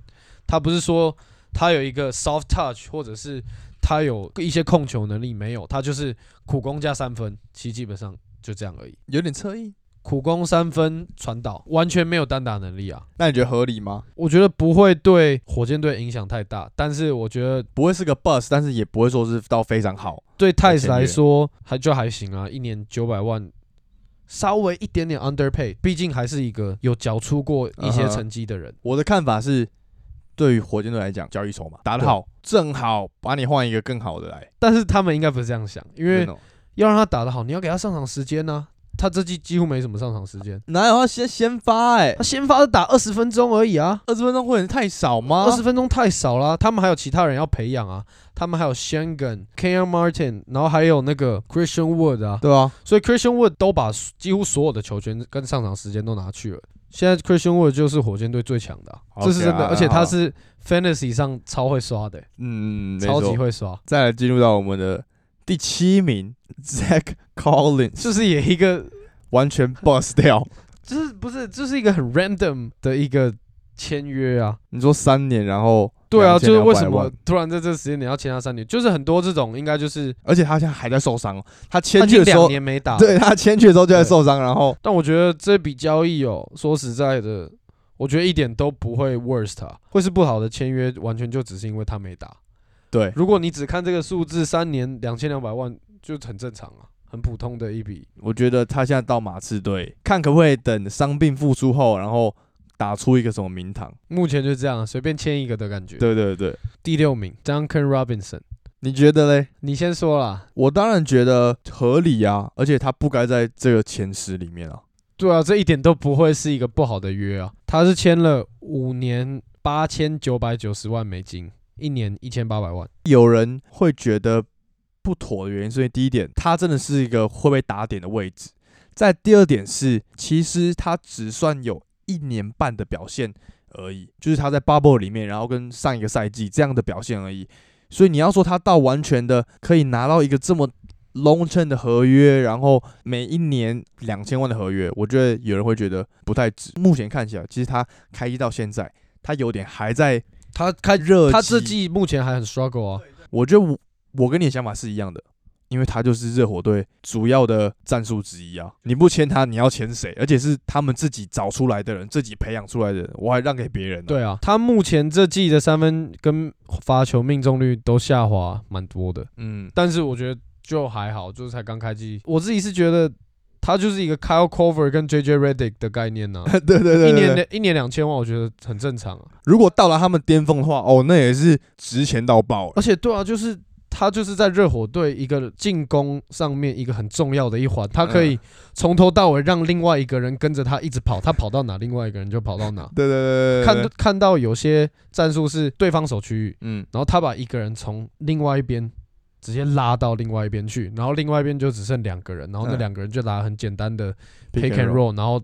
[SPEAKER 1] 他不是说他有一个 soft touch，或者是他有一些控球能力没有，他就是苦攻加三分，其实基本上就这样而已。
[SPEAKER 2] 有点侧翼，
[SPEAKER 1] 苦攻三分传导完全没有单打能力啊，
[SPEAKER 2] 那你觉得合理吗？
[SPEAKER 1] 我觉得不会对火箭队影响太大，但是我觉得
[SPEAKER 2] 不会是个 bus，但是也不会说是到非常好。
[SPEAKER 1] 对泰斯
[SPEAKER 2] 签约
[SPEAKER 1] 来说还就还行啊，一年九百万，稍微一点点 underpay，毕竟还是一个有缴出过一些
[SPEAKER 2] 嗯哼
[SPEAKER 1] 成绩的人。
[SPEAKER 2] 我的看法是，对于火箭队来讲，交易筹码打得好，正好把你换一个更好的来，
[SPEAKER 1] 但是他们应该不是这样想，因为
[SPEAKER 2] 真的哦
[SPEAKER 1] 要让他打得好，你要给他上场时间呢、他这季几乎没什么上场时间，
[SPEAKER 2] 哪有他先先发哎、
[SPEAKER 1] 他先发都打二十分钟而已啊，
[SPEAKER 2] 二十分钟会很太少吗？
[SPEAKER 1] 二十分钟太少了啊、他们还有其他人要培养啊，他们还有 Shangan、k a n Martin，然后还有那个 Christian Wood 啊，
[SPEAKER 2] 对啊，
[SPEAKER 1] 所以 Christian Wood 都把几乎所有的球权跟上场时间都拿去了。现在 Christian Wood 就是火箭队最强的啊、
[SPEAKER 2] OK 啊
[SPEAKER 1] 这是真的，
[SPEAKER 2] 那
[SPEAKER 1] 而且
[SPEAKER 2] 好
[SPEAKER 1] 他
[SPEAKER 2] 啊
[SPEAKER 1] 是 Fantasy 上超会刷的欸、
[SPEAKER 2] 嗯，没
[SPEAKER 1] 超级
[SPEAKER 2] 错。
[SPEAKER 1] 会刷，
[SPEAKER 2] 再来进入到我们的第七名，Zach Collins
[SPEAKER 1] 就是也一个，
[SPEAKER 2] 完全 bust 掉。
[SPEAKER 1] 就是不是，就是一个很 random 的一个签约啊。
[SPEAKER 2] 你说三年，然后
[SPEAKER 1] 对啊，
[SPEAKER 2] 2200
[SPEAKER 1] 就是为什
[SPEAKER 2] 万
[SPEAKER 1] 么突然在这时间点要签他三年？就是很多这种应该就是
[SPEAKER 2] 而且他现在还在受伤哦，
[SPEAKER 1] 他
[SPEAKER 2] 他签
[SPEAKER 1] 已
[SPEAKER 2] 去
[SPEAKER 1] 经
[SPEAKER 2] 的时
[SPEAKER 1] 两
[SPEAKER 2] 候，
[SPEAKER 1] 年没打，
[SPEAKER 2] 对他签去的时候就在受伤，然后
[SPEAKER 1] 但我觉得这笔交易哦，说实在的，我觉得一点都不会 worst 啊，会是不好的签约，完全就只是因为他没打。
[SPEAKER 2] 对，
[SPEAKER 1] 如果你只看这个数字，三年两千两百万就很正常啊，很普通的一笔。
[SPEAKER 2] 我觉得他现在到马刺队，看可不可以等伤病复出后，然后打出一个什么名堂。
[SPEAKER 1] 目前就这样，随便签一个的感觉。，
[SPEAKER 2] 对对对，
[SPEAKER 1] 第六名 Duncan Robinson，
[SPEAKER 2] 你觉得嘞？
[SPEAKER 1] 你先说啦。
[SPEAKER 2] 我当然觉得合理啊，而且他不该在这个前十里面啊。
[SPEAKER 1] 对啊，这一点都不会是一个不好的约啊。他是签了五年八千九百九十万美金，一年一千八百万。
[SPEAKER 2] 有人会觉得不妥的原因，所以第一点，他真的是一个会被打点的位置。在第二点是，其实他只算有一年半的表现而已，就是他在 bubble 里面，然后跟上一个赛季这样的表现而已。所以你要说他到完全的可以拿到一个这么 long term 的合约，然后每一年两千万的合约，我觉得有人会觉得不太值。目前看起来，其实他开机到现在，他有点还在
[SPEAKER 1] 他开
[SPEAKER 2] 热
[SPEAKER 1] 他这
[SPEAKER 2] 季
[SPEAKER 1] 季目前还很 struggle 啊。
[SPEAKER 2] 我觉得我我跟你的想法是一样的，因为他就是热火队主要的战术之一啊。你不签他，你要签谁？而且是他们自己找出来的人，自己培养出来的人，我还让给别人、，
[SPEAKER 1] 对啊，他目前这季的三分跟罚球命中率都下滑蛮多的。
[SPEAKER 2] 嗯，
[SPEAKER 1] 但是我觉得就还好，就是才刚开机。我自己是觉得他就是一个 Kyle Cover 跟 JJ Redick 的概念 呢、
[SPEAKER 2] 对对对对
[SPEAKER 1] 一
[SPEAKER 2] 对
[SPEAKER 1] 年两一年两千万，我觉得很正常啊。
[SPEAKER 2] 如果到了他们巅峰的话，哦，那也是值钱到爆了。。
[SPEAKER 1] 而且对啊，就是他就是在热火队一个进攻上面一个很重要的一环，他可以嗯从头到尾让另外一个人跟着他一直跑，他跑到哪，另外一个人就跑到哪
[SPEAKER 2] 对对对对对，
[SPEAKER 1] 看看到有些战术是对方守区域，
[SPEAKER 2] 嗯，
[SPEAKER 1] 然后他把一个人从另外一边直接拉到另外一边去，然后另外一边就只剩两个人，然后那
[SPEAKER 2] 嗯
[SPEAKER 1] 两个人就拿很简单的
[SPEAKER 2] Pick
[SPEAKER 1] pick
[SPEAKER 2] and
[SPEAKER 1] and roll，然后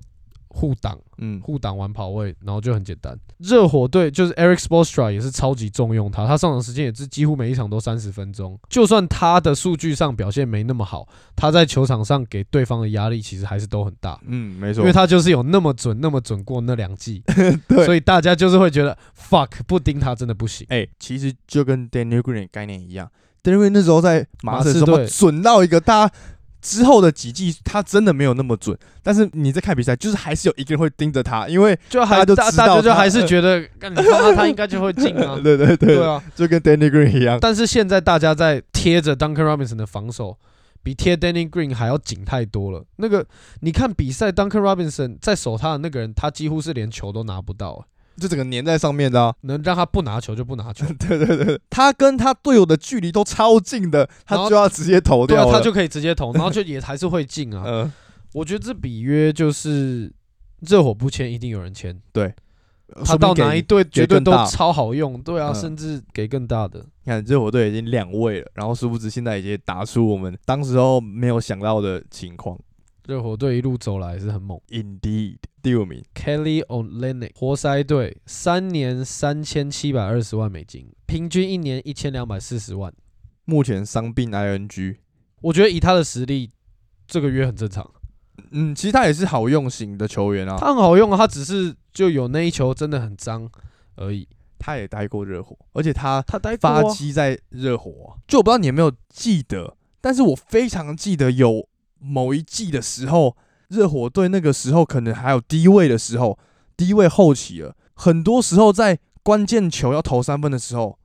[SPEAKER 1] 护挡，
[SPEAKER 2] 嗯，
[SPEAKER 1] 护挡完跑位，然后就很简单。热火队就是 Eric Spoelstra 也是超级重用他，他上场时间也是几乎每一场都三十分钟。就算他的数据上表现没那么好，他在球场上给对方的压力其实还是都很大。
[SPEAKER 2] 嗯，没错，
[SPEAKER 1] 因为他就是有那么准、那么准过那两 季，
[SPEAKER 2] 对
[SPEAKER 1] 所以大家就是会觉得 fuck 不盯他真的不行。
[SPEAKER 2] 哎、其实就跟 Daniel Green 的概念一样，Daniel Green 那时候在马刺的时
[SPEAKER 1] 马刺
[SPEAKER 2] 候
[SPEAKER 1] 队
[SPEAKER 2] 准到一个大家。之后的几季，他真的没有那么准，但是你在看比赛，就是还是有一个人会盯着他，因为
[SPEAKER 1] 就
[SPEAKER 2] 大
[SPEAKER 1] 还
[SPEAKER 2] 家就
[SPEAKER 1] 大
[SPEAKER 2] 知道
[SPEAKER 1] 大家就
[SPEAKER 2] 他
[SPEAKER 1] 还是觉 得，干你放他他应该就会进啊，
[SPEAKER 2] 对对对，
[SPEAKER 1] 对啊。
[SPEAKER 2] 就跟 Danny Green 一样，
[SPEAKER 1] 但是现在大家在贴着 Duncan Robinson 的防守，比贴 Danny Green 还要紧太多了。那个你看比赛，Duncan Robinson 在守他的那个人，他几乎是连球都拿不到、
[SPEAKER 2] 就整个粘在上 面的、啊。
[SPEAKER 1] 能让他不拿球就不拿球，
[SPEAKER 2] 对对对，他跟他队友的距离都超近的，
[SPEAKER 1] 然
[SPEAKER 2] 他
[SPEAKER 1] 后
[SPEAKER 2] 就要直接投
[SPEAKER 1] 对啊，
[SPEAKER 2] 掉了。
[SPEAKER 1] 他就可以直接投，然后就也还是会进啊。
[SPEAKER 2] 嗯，
[SPEAKER 1] 我觉得这笔约就是热火不签，一定有人签。呃他
[SPEAKER 2] 呃说不定
[SPEAKER 1] 到
[SPEAKER 2] 给
[SPEAKER 1] 哪一队绝
[SPEAKER 2] 给
[SPEAKER 1] 对
[SPEAKER 2] 更
[SPEAKER 1] 都
[SPEAKER 2] 大
[SPEAKER 1] 超好用，对啊，
[SPEAKER 2] 嗯
[SPEAKER 1] 甚至给更大的。
[SPEAKER 2] 你看热火队已经两位了，然后殊不知现在已经打出我们当时候没有想到的情况。
[SPEAKER 1] 热火队一路走来是很猛。
[SPEAKER 2] Indeed，第五名，
[SPEAKER 1] Kelly Olynyk 活塞队三年三千七百二十万美金，平均一年一千两百四十万。
[SPEAKER 2] 目前伤病 ing。
[SPEAKER 1] 我觉得以他的实力，这个约很正常。
[SPEAKER 2] 嗯，其实他也是好用型的球员啊，他
[SPEAKER 1] 他很好用啊，他只是就有那一球真的很脏而已。
[SPEAKER 2] 他也待过热火，而且他
[SPEAKER 1] 他待过、
[SPEAKER 2] 发
[SPEAKER 1] 啊、
[SPEAKER 2] 迹在热火啊、就我不知道你有没有记得，但是我非常记得有某一季的时候，热火队那个时候可能还有低位的时候，低位后期了，很多时候在关键球要投三分的时候，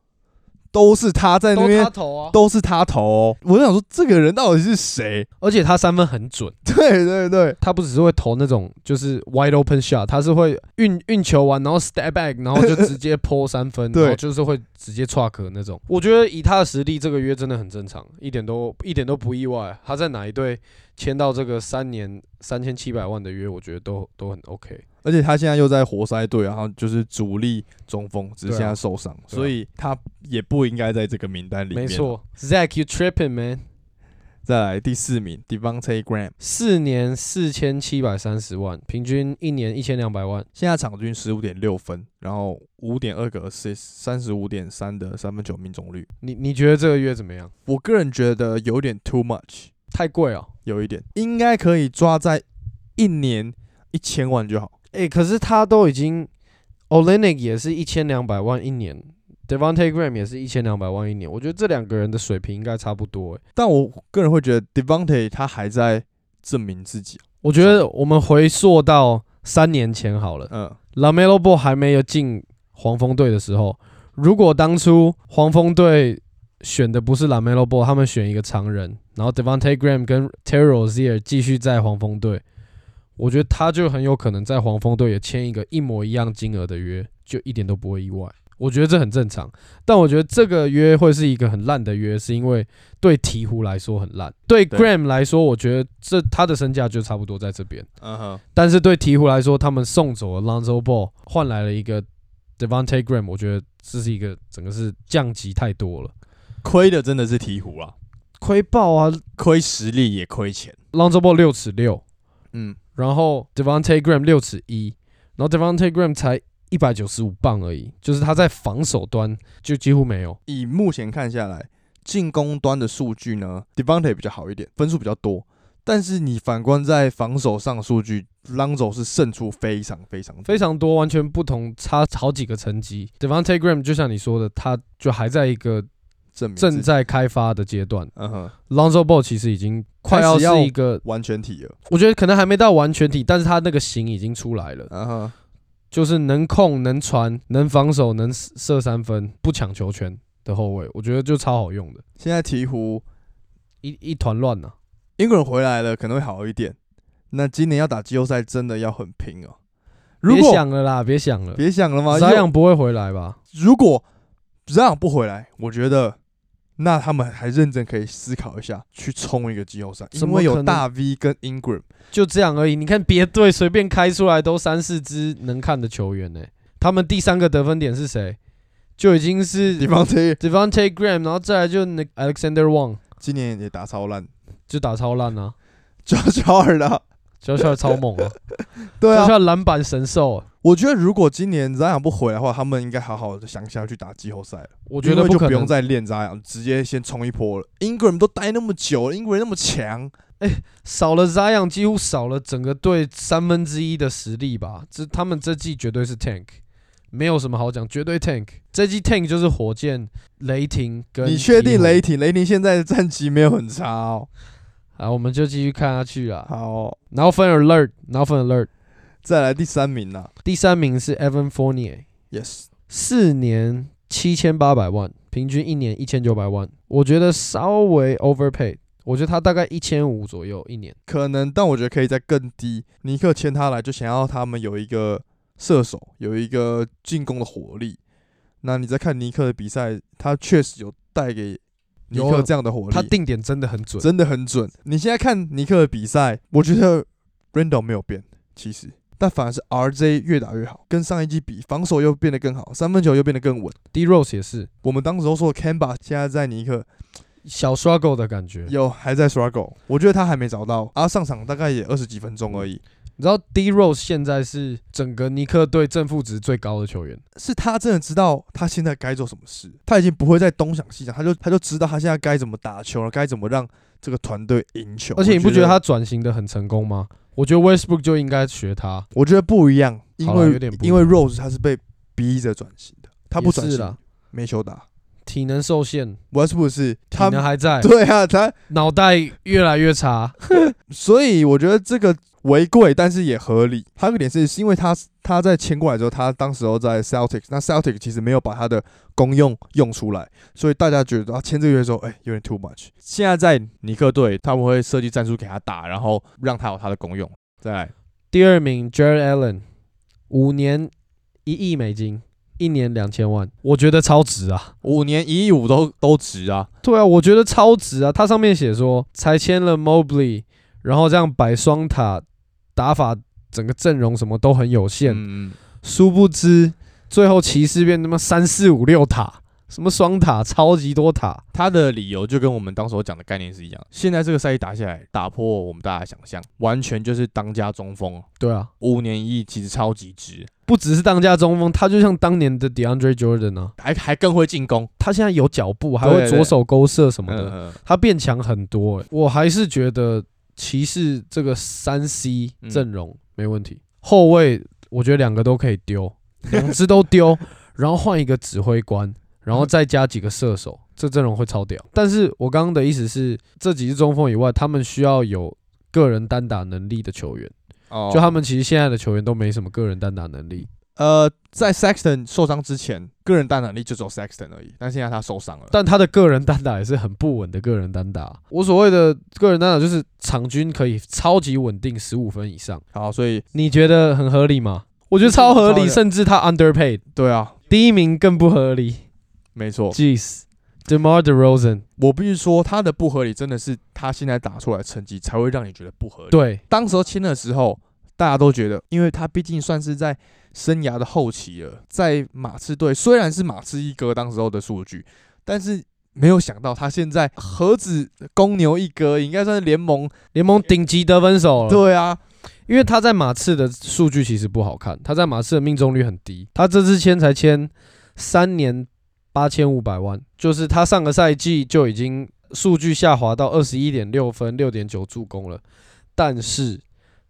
[SPEAKER 2] 都是他在那
[SPEAKER 1] 都他
[SPEAKER 2] 边，
[SPEAKER 1] 投啊，
[SPEAKER 2] 都是他投哦、我就想说，这个人到底是谁？
[SPEAKER 1] 而且他三分很准，
[SPEAKER 2] 对对对，
[SPEAKER 1] 他不只是会投那种就是 wide open shot，他是会运运球完然后 step back，然后就直接抛三分，
[SPEAKER 2] 对
[SPEAKER 1] 然后就是会直接 truck 那种。我觉得以他的实力，这个约真的很正常，一点都一点都不意外。他在哪一队签到这个三年三千七百万的约，我觉得都都很 OK。
[SPEAKER 2] 而且他现在又在活塞队，然后就是主力中锋，只是
[SPEAKER 1] 对啊
[SPEAKER 2] 现在受伤，所以他也不应该在这个名单里面。
[SPEAKER 1] 没，错，Zach you tripping man，
[SPEAKER 2] 再来第四名 Devonte Graham。
[SPEAKER 1] 四年四千七百三十万，平均一年一千两百万。
[SPEAKER 2] 现在场均十五点六分，然后五点二个 assist，三十五点三的三分球命中率。
[SPEAKER 1] 你你觉得这个约怎么样？
[SPEAKER 2] 我个人觉得有点 too much，
[SPEAKER 1] 太贵哦。
[SPEAKER 2] 有一点应该可以抓在一年一千万就好。
[SPEAKER 1] 诶，可是他都已经 Olenek 也是一千两百万一年，Devonte Graham 也是一千两百万一年，我觉得这两个人的水平应该差不多、诶，
[SPEAKER 2] 但我个人会觉得 Devonte 他还在证明自己。
[SPEAKER 1] 我觉得我们回溯到三年前好了
[SPEAKER 2] 嗯，
[SPEAKER 1] ，Lamelo Ball 还没有进黄蜂队的时候，如果当初黄蜂队选的不是 Lamelo Ball，他们选一个常人，然后 Devonte Graham 跟 t e r r o z i e r 继续在黄蜂队，我觉得他就很有可能在黄蜂队也签一个一模一样金额的约，就一点都不会意外。我觉得这很正常，但我觉得这个约会是一个很烂的约，是因为对鹈鹕来说很烂，对
[SPEAKER 2] 对
[SPEAKER 1] Graham 来说，我觉得这他的身价就差不多在这边。
[SPEAKER 2] 嗯哼，
[SPEAKER 1] 但是对鹈鹕来说，他们送走了 Lonzo Ball，换来了一个 Devonte Graham，我觉得这是一个整个是降级太多了，
[SPEAKER 2] 亏的真的是鹈鹕啊，
[SPEAKER 1] 亏爆啊
[SPEAKER 2] 亏实力也亏钱。
[SPEAKER 1] ！Lonzo Ball 六尺六，
[SPEAKER 2] 嗯，
[SPEAKER 1] 然后 Devonte Graham 六尺一，然后 Devonte Graham 才一百九十五磅而已，就是他在防守端就几乎没有。
[SPEAKER 2] 以目前看下来，进攻端的数据呢，Devonte 比较好一点，分数比较多。但是你反观在防守上的数据，Lonzo 是胜出非常非常多
[SPEAKER 1] 非常多，完全不同，差好几个层级。Devonte Graham 就像你说的，他就还在一个
[SPEAKER 2] 证明自己
[SPEAKER 1] 正在开发的阶段。
[SPEAKER 2] 嗯哼
[SPEAKER 1] Lonzo Ball 其实已经快
[SPEAKER 2] 开
[SPEAKER 1] 要
[SPEAKER 2] 始要
[SPEAKER 1] 是一个
[SPEAKER 2] 完全体了，
[SPEAKER 1] 我觉得可能还没到完全体，但是他那个型已经出来了，
[SPEAKER 2] 嗯哼，
[SPEAKER 1] 就是能控、能传、能防守、能射三分、不抢球权的后卫，我觉得就超好用的，
[SPEAKER 2] 现在鹈鹕
[SPEAKER 1] 一一团乱啊呐。
[SPEAKER 2] 英国人回来了可能会好一点，那今年要打季后赛真的要很拼哦。如
[SPEAKER 1] 别
[SPEAKER 2] 果
[SPEAKER 1] 想了啦，别想了，
[SPEAKER 2] 别想了吗？
[SPEAKER 1] 扎
[SPEAKER 2] 又
[SPEAKER 1] 样不会回来吧？
[SPEAKER 2] 如果这样不回来，我觉得那他们还认真可以思考一下，去冲一个季后赛，
[SPEAKER 1] 怎
[SPEAKER 2] 因
[SPEAKER 1] 么
[SPEAKER 2] 为
[SPEAKER 1] 可
[SPEAKER 2] 有
[SPEAKER 1] 能
[SPEAKER 2] 大 V 跟 Ingram，
[SPEAKER 1] 就这样而已。你看别队随便开出来都三四支能看的球员呢、他们第三个得分点是谁？就已经是
[SPEAKER 2] 地方 T
[SPEAKER 1] Devonte Graham，然后再来就那 Alexander Wang
[SPEAKER 2] 今年也打超烂，
[SPEAKER 1] 就打超烂啊。
[SPEAKER 2] 九九二了。
[SPEAKER 1] j o s h u a 超猛啊 j
[SPEAKER 2] 对
[SPEAKER 1] o
[SPEAKER 2] 啊
[SPEAKER 1] s h，u a 篮板神兽啊，
[SPEAKER 2] 我觉得如果今年扎养不回来的话，他们应该好好的想想要去打季后赛了。
[SPEAKER 1] 我觉
[SPEAKER 2] 因
[SPEAKER 1] 得
[SPEAKER 2] 为就
[SPEAKER 1] 可
[SPEAKER 2] 不用
[SPEAKER 1] 能。
[SPEAKER 2] 再练扎养，直接先冲一波了。英国人都待那么久了，英国人那么强，
[SPEAKER 1] 少了 Zion，几乎少了整个队三分之一的实力吧。这他们这季绝对是 tank，没有什么好讲，绝对 tank。这季 tank 就是火箭、雷霆跟
[SPEAKER 2] 你确定
[SPEAKER 1] 鹈鹕
[SPEAKER 2] 雷霆？雷霆现在的战绩没有很差哦。
[SPEAKER 1] 啊？我们就继续看下去啦。
[SPEAKER 2] 好哦，
[SPEAKER 1] 然后分 alert，然后分 alert，
[SPEAKER 2] 再来第三名啦。
[SPEAKER 1] 第三名是 Evan Fournier，
[SPEAKER 2] Yes，
[SPEAKER 1] 四年七千八百万，平均一年一千九百万，我觉得稍微 overpaid。我觉得他大概一千五左右一年，
[SPEAKER 2] 可能，但我觉得可以再更低。尼克签他来，就想要他们有一个射手，有一个进攻的火力。那你在看尼克的比赛，他确实有带给尼
[SPEAKER 1] 有啊
[SPEAKER 2] 克这样的火力，
[SPEAKER 1] 他定点真的很准。
[SPEAKER 2] 真的很准。你现在看尼克的比赛，我觉得 Randall 没有变，其实，但反而是 RJ 越打越好，跟上一季比，防守又变得更好，三分球又变得更稳。
[SPEAKER 1] D Rose 也是
[SPEAKER 2] 我们当时都说 Camba 现在在尼克
[SPEAKER 1] 小 struggle 的感觉，
[SPEAKER 2] 有还在 struggle，我觉得他还没找到，啊，上场大概也二十几分钟而已，
[SPEAKER 1] 你知道 D Rose 现在是整个尼克队正负值最高的球员，
[SPEAKER 2] 是他真的知道他现在该做什么事，他已经不会再东想西想，他就他就知道他现在该怎么打球了，该怎么让这个团队赢球。
[SPEAKER 1] 而且你不觉
[SPEAKER 2] 我
[SPEAKER 1] 得他转型的很成功吗？我觉得 Westbrook 就应该学他，
[SPEAKER 2] 我觉得不一样，因
[SPEAKER 1] 好啦有
[SPEAKER 2] 为
[SPEAKER 1] 点不一
[SPEAKER 2] 因为
[SPEAKER 1] 样
[SPEAKER 2] Rose 他是被逼着转型的，他不转
[SPEAKER 1] 也是
[SPEAKER 2] 型
[SPEAKER 1] 啦，
[SPEAKER 2] 没球打。
[SPEAKER 1] 体能受限，
[SPEAKER 2] Westbrook 是
[SPEAKER 1] 体
[SPEAKER 2] 他，
[SPEAKER 1] 能还在，
[SPEAKER 2] 对啊，他
[SPEAKER 1] 脑袋越来越差。
[SPEAKER 2] 所以我觉得这个违规，但是也合理。还有一个点是，是因为他他在签过来之后，他当时候在 Celtics，那 Celtics 其实没有把他的功用用出来，所以大家觉得他签这个约的时候，哎、有点 too much。现在在尼克队，他们会设计战术给他打，然后让他有他的功用。再来，
[SPEAKER 1] 第二名 Jared Allen，五年一亿美金，一年两千万，我觉得超值啊！
[SPEAKER 2] 五年一亿五都都值啊，
[SPEAKER 1] 对啊，我觉得超值啊！它上面写说才签了 Mobley，然后这样摆双塔打法，整个阵容什么都很有限。
[SPEAKER 2] 嗯嗯
[SPEAKER 1] 殊不知最后骑士变他妈三四五六塔，什么双塔，超级多塔。
[SPEAKER 2] 他的理由就跟我们当时候讲的概念是一样。现在这个赛季打下来，打破我们大家的想象，完全就是当家中锋，
[SPEAKER 1] 对啊，
[SPEAKER 2] 五年一亿其实超级值，
[SPEAKER 1] 不只是当家中锋，他就像当年的 DeAndre Jordan 啊，
[SPEAKER 2] 还还更会进攻。
[SPEAKER 1] 他现在有脚步，还
[SPEAKER 2] 对
[SPEAKER 1] 会左手勾射什么的，
[SPEAKER 2] 嗯，
[SPEAKER 1] 他变强很多、欸。我还是觉得骑士这个三 C
[SPEAKER 2] 嗯
[SPEAKER 1] 阵容没问题，后卫我觉得两个都可以 丢，两只都丢，然后换一个指挥官，然后再加几个射 手，这阵容会超屌。但是我刚刚的意思是，这几支中锋以外，他们需要有个人单打能力的球员，
[SPEAKER 2] 哦
[SPEAKER 1] 就他们其实现在的球员都没什么个人单打能力。
[SPEAKER 2] 呃，在 Sexton 受伤之前，个人单打力就只有 Sexton 而已，但现在他受伤了。
[SPEAKER 1] 但他的个人单打也是很不稳的个人单打。我所谓的个人单打就是场均可以超级稳定十五分以上，
[SPEAKER 2] 好，所以
[SPEAKER 1] 你觉得很合理吗？我觉得超合
[SPEAKER 2] 超
[SPEAKER 1] 理，
[SPEAKER 2] 的
[SPEAKER 1] 甚至他 underpaid。
[SPEAKER 2] 对啊，
[SPEAKER 1] 第一名更不合理
[SPEAKER 2] 没错，
[SPEAKER 1] ，Jeez，Demar Derozan，
[SPEAKER 2] 我必须说他的不合理真的是他现在打出来的成绩才会让你觉得不合理。
[SPEAKER 1] 对，
[SPEAKER 2] 当时候签的时候，大家都觉得，因为他毕竟算是在生涯的后期了，在马刺队虽然是马刺一哥当时候的数据，但是没有想到他现在何止公牛一哥，应该算是联盟
[SPEAKER 1] 联盟顶级得分手了。
[SPEAKER 2] 对啊，
[SPEAKER 1] 因为他在马刺的数据其实不好看，他在马刺的命中率很低。他这次签才签三年八千五百万，就是他上个赛季就已经数据下滑到二十一点六分、六点九助攻了，但是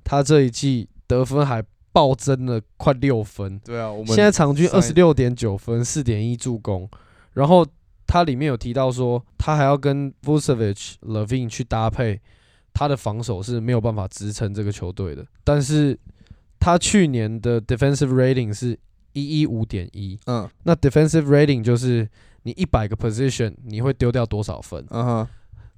[SPEAKER 1] 他这一季得分还暴增了快六分，
[SPEAKER 2] 对啊，我
[SPEAKER 1] 现在场均
[SPEAKER 2] 上
[SPEAKER 1] 二
[SPEAKER 2] 一
[SPEAKER 1] 十六点九分、四点一助攻，然后他里面有提到说，他还要跟 Vucevic、Levine 去搭配，他的防守是没有办法支撑这个球队的。但是他去年的 defensive rating 是一一五点一，
[SPEAKER 2] 嗯
[SPEAKER 1] 那 defensive rating 就是你一百个 position 你会丢掉多少分？
[SPEAKER 2] 嗯哼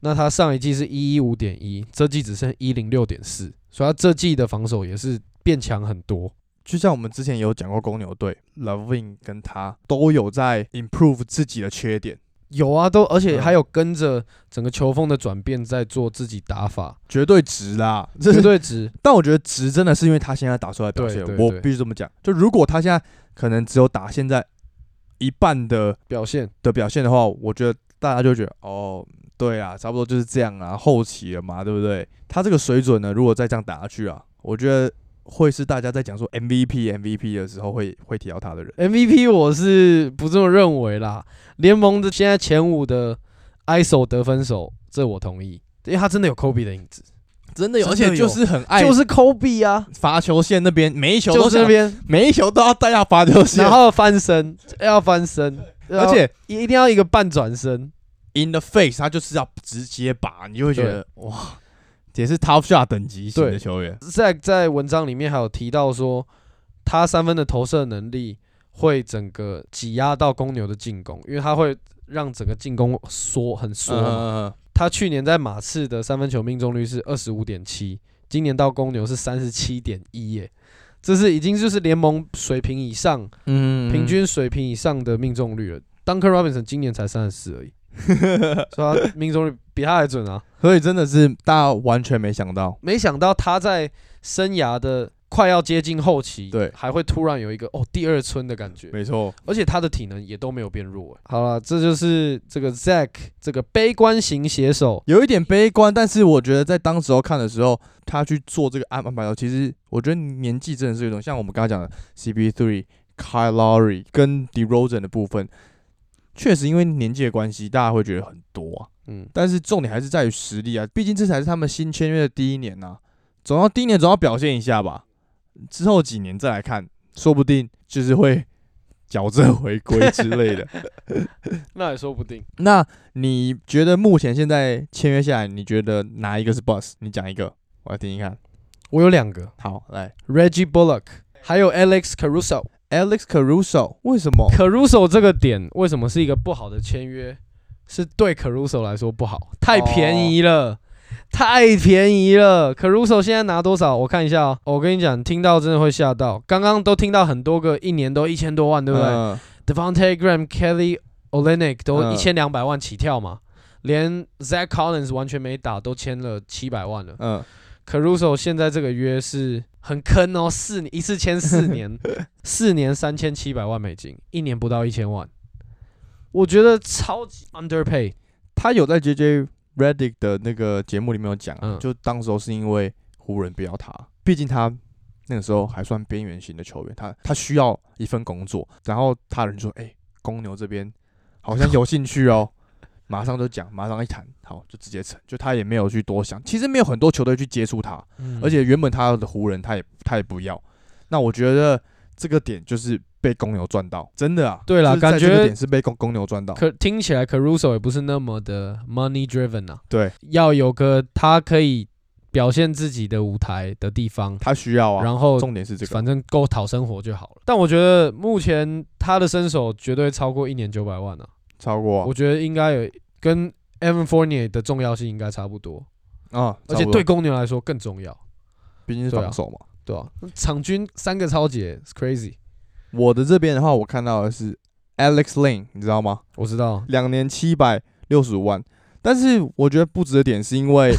[SPEAKER 1] 那他上一季是一一五点一，这季只剩一零六点四，所以他这季的防守也是变强很多。
[SPEAKER 2] 就像我们之前有讲过公牛队，Lovin 跟他都有在 improve 自己的缺点，
[SPEAKER 1] 有啊，都而且
[SPEAKER 2] 嗯
[SPEAKER 1] 还有跟着整个球风的转变在做自己打法，
[SPEAKER 2] 绝对值 啦，这
[SPEAKER 1] 绝
[SPEAKER 2] 是
[SPEAKER 1] 对值。
[SPEAKER 2] 但我觉得值真的是因为他现在打出来的表
[SPEAKER 1] 对
[SPEAKER 2] 现，
[SPEAKER 1] 对
[SPEAKER 2] 我
[SPEAKER 1] 对
[SPEAKER 2] 必须这么讲。就如果他现在可能只有打现在一半的
[SPEAKER 1] 表现
[SPEAKER 2] 的表现的话，我觉得大家就觉得哦，对啊，差不多就是这样啊，后期了嘛，对不对？他这个水准呢，如果再这样打下去啊，我觉得会是大家在讲说 MVP MVP 的时候会会提到他的人。
[SPEAKER 1] MVP 我是不这么认为啦。联盟的现在前五的 ISO 得分手，这我同意，因为他真的有 Kobe 的影子，
[SPEAKER 2] 真的
[SPEAKER 1] 有哎
[SPEAKER 2] 而且就是很爱，
[SPEAKER 1] 就是 Kobe 啊，
[SPEAKER 2] 罚球线那边每一球都
[SPEAKER 1] 就是
[SPEAKER 2] 想
[SPEAKER 1] 那边，
[SPEAKER 2] 每一球都要带到罚球线，
[SPEAKER 1] 然后翻身要翻身，
[SPEAKER 2] 而且
[SPEAKER 1] 要一定要一个半转身，
[SPEAKER 2] in the face，他就是要直接把，你就会觉得哇，也是 top shot 等级型的
[SPEAKER 1] 对
[SPEAKER 2] 球员。
[SPEAKER 1] 在在文章里面还有提到说，他三分的投射能力会整个挤压到公牛的进攻，因为他会让整个进攻缩很缩嘛。
[SPEAKER 2] 嗯
[SPEAKER 1] 他去年在马刺的三分球命中率是二十五点七，今年到公牛是三十七点一耶，这是已经就是联盟水平以上、
[SPEAKER 2] 嗯
[SPEAKER 1] 平均水平以上的命中率了。Duncan Robinson 今年才三十四 而已，所以他命中率比他还准啊！
[SPEAKER 2] 所以真的是大家完全没想到，
[SPEAKER 1] 没想到他在生涯的快要接近后期，
[SPEAKER 2] 对
[SPEAKER 1] 还会突然有一个哦第二春的感觉，
[SPEAKER 2] 没错，
[SPEAKER 1] 而且他的体能也都没有变弱耶。欸好了，这就是这个 Zach 这个悲观型写手，
[SPEAKER 2] 有一点悲观，但是我觉得在当时候看的时候，他去做这个安安排的，其实我觉得年纪真的是有一种像我们刚刚讲的 CP3、Kyle Lowry 跟 DeRozan 的部分，确实因为年纪的关系，大家会觉得很多啊。
[SPEAKER 1] 嗯，
[SPEAKER 2] 但是重点还是在于实力啊，毕竟这才是他们新签约的第一年呐、总要第一年总要表现一下吧，之后几年再来看，说不定就是会矫正回归之类的。
[SPEAKER 1] 那也说不定。
[SPEAKER 2] 那你觉得目前现在签约下来，你觉得哪一个是 boss？你讲一个，我来听听看。
[SPEAKER 1] 我有两个
[SPEAKER 2] 好，来
[SPEAKER 1] Reggie Bullock，还有 Alex Caruso。
[SPEAKER 2] ，Alex Caruso，为什么？
[SPEAKER 1] Caruso 这个点为什么是一个不好的签约？是对 Caruso 来说不好，太便宜了。
[SPEAKER 2] 哦
[SPEAKER 1] 太便宜了，Caruso 现在拿多少？我看一下哦。我跟你讲，听到真的会吓到。刚刚都听到很多个一年都一千多万，对不对、
[SPEAKER 2] 嗯
[SPEAKER 1] d e v o n t e Graham、Kelly Olynyk 都
[SPEAKER 2] 嗯
[SPEAKER 1] 一千两百万起跳嘛，连 Zach Collins 完全没打都签了七百万了。
[SPEAKER 2] 嗯
[SPEAKER 1] Caruso 现在这个约是很坑哦，四年一次签四 年，四年三千七百万美金，一年不到一千万，我觉得超级 underpay。
[SPEAKER 2] 他有在 JJ Redick 的那个节目里面有讲、啊，
[SPEAKER 1] 嗯
[SPEAKER 2] 就当时候是因为湖人不要他，毕竟他那个时候还算边缘型的球员，他他需要一份工作，然后他人说，哎、公牛这边好像有兴趣 哦。马上就讲，马上一谈，好就直接成，就他也没有去多想。其实没有很多球队去接触他，
[SPEAKER 1] 嗯
[SPEAKER 2] 而且原本他的湖人他也他也不要。那我觉得这个点就是被公牛赚到，真的啊。
[SPEAKER 1] 对啦
[SPEAKER 2] 就是在
[SPEAKER 1] 感觉
[SPEAKER 2] 这个点是被公公牛赚到。
[SPEAKER 1] 可听起来 Caruso 也不是那么的 money driven 啊，
[SPEAKER 2] 对
[SPEAKER 1] 要有个他可以表现自己的舞台的地方，
[SPEAKER 2] 他需要啊。
[SPEAKER 1] 然后
[SPEAKER 2] 重点是这
[SPEAKER 1] 哦
[SPEAKER 2] 个，
[SPEAKER 1] 反正够讨生活就好了。但我觉得目前他的身手绝对超过一年九百万啊，
[SPEAKER 2] 超过啊
[SPEAKER 1] 我觉得应该有跟 Evan Fournier 的重要性应该差不多。
[SPEAKER 2] 啊，
[SPEAKER 1] 而且
[SPEAKER 2] 差不多
[SPEAKER 1] 对，公牛来说更重要，
[SPEAKER 2] 毕竟是
[SPEAKER 1] 对啊
[SPEAKER 2] 防守嘛。
[SPEAKER 1] 对吧、场均三个超级 it's crazy，
[SPEAKER 2] 我的这边的话，我看到的是 Alex Lane，你知道吗？
[SPEAKER 1] 我知道，
[SPEAKER 2] 两年七百六十五万，但是我觉得不值的点是 因为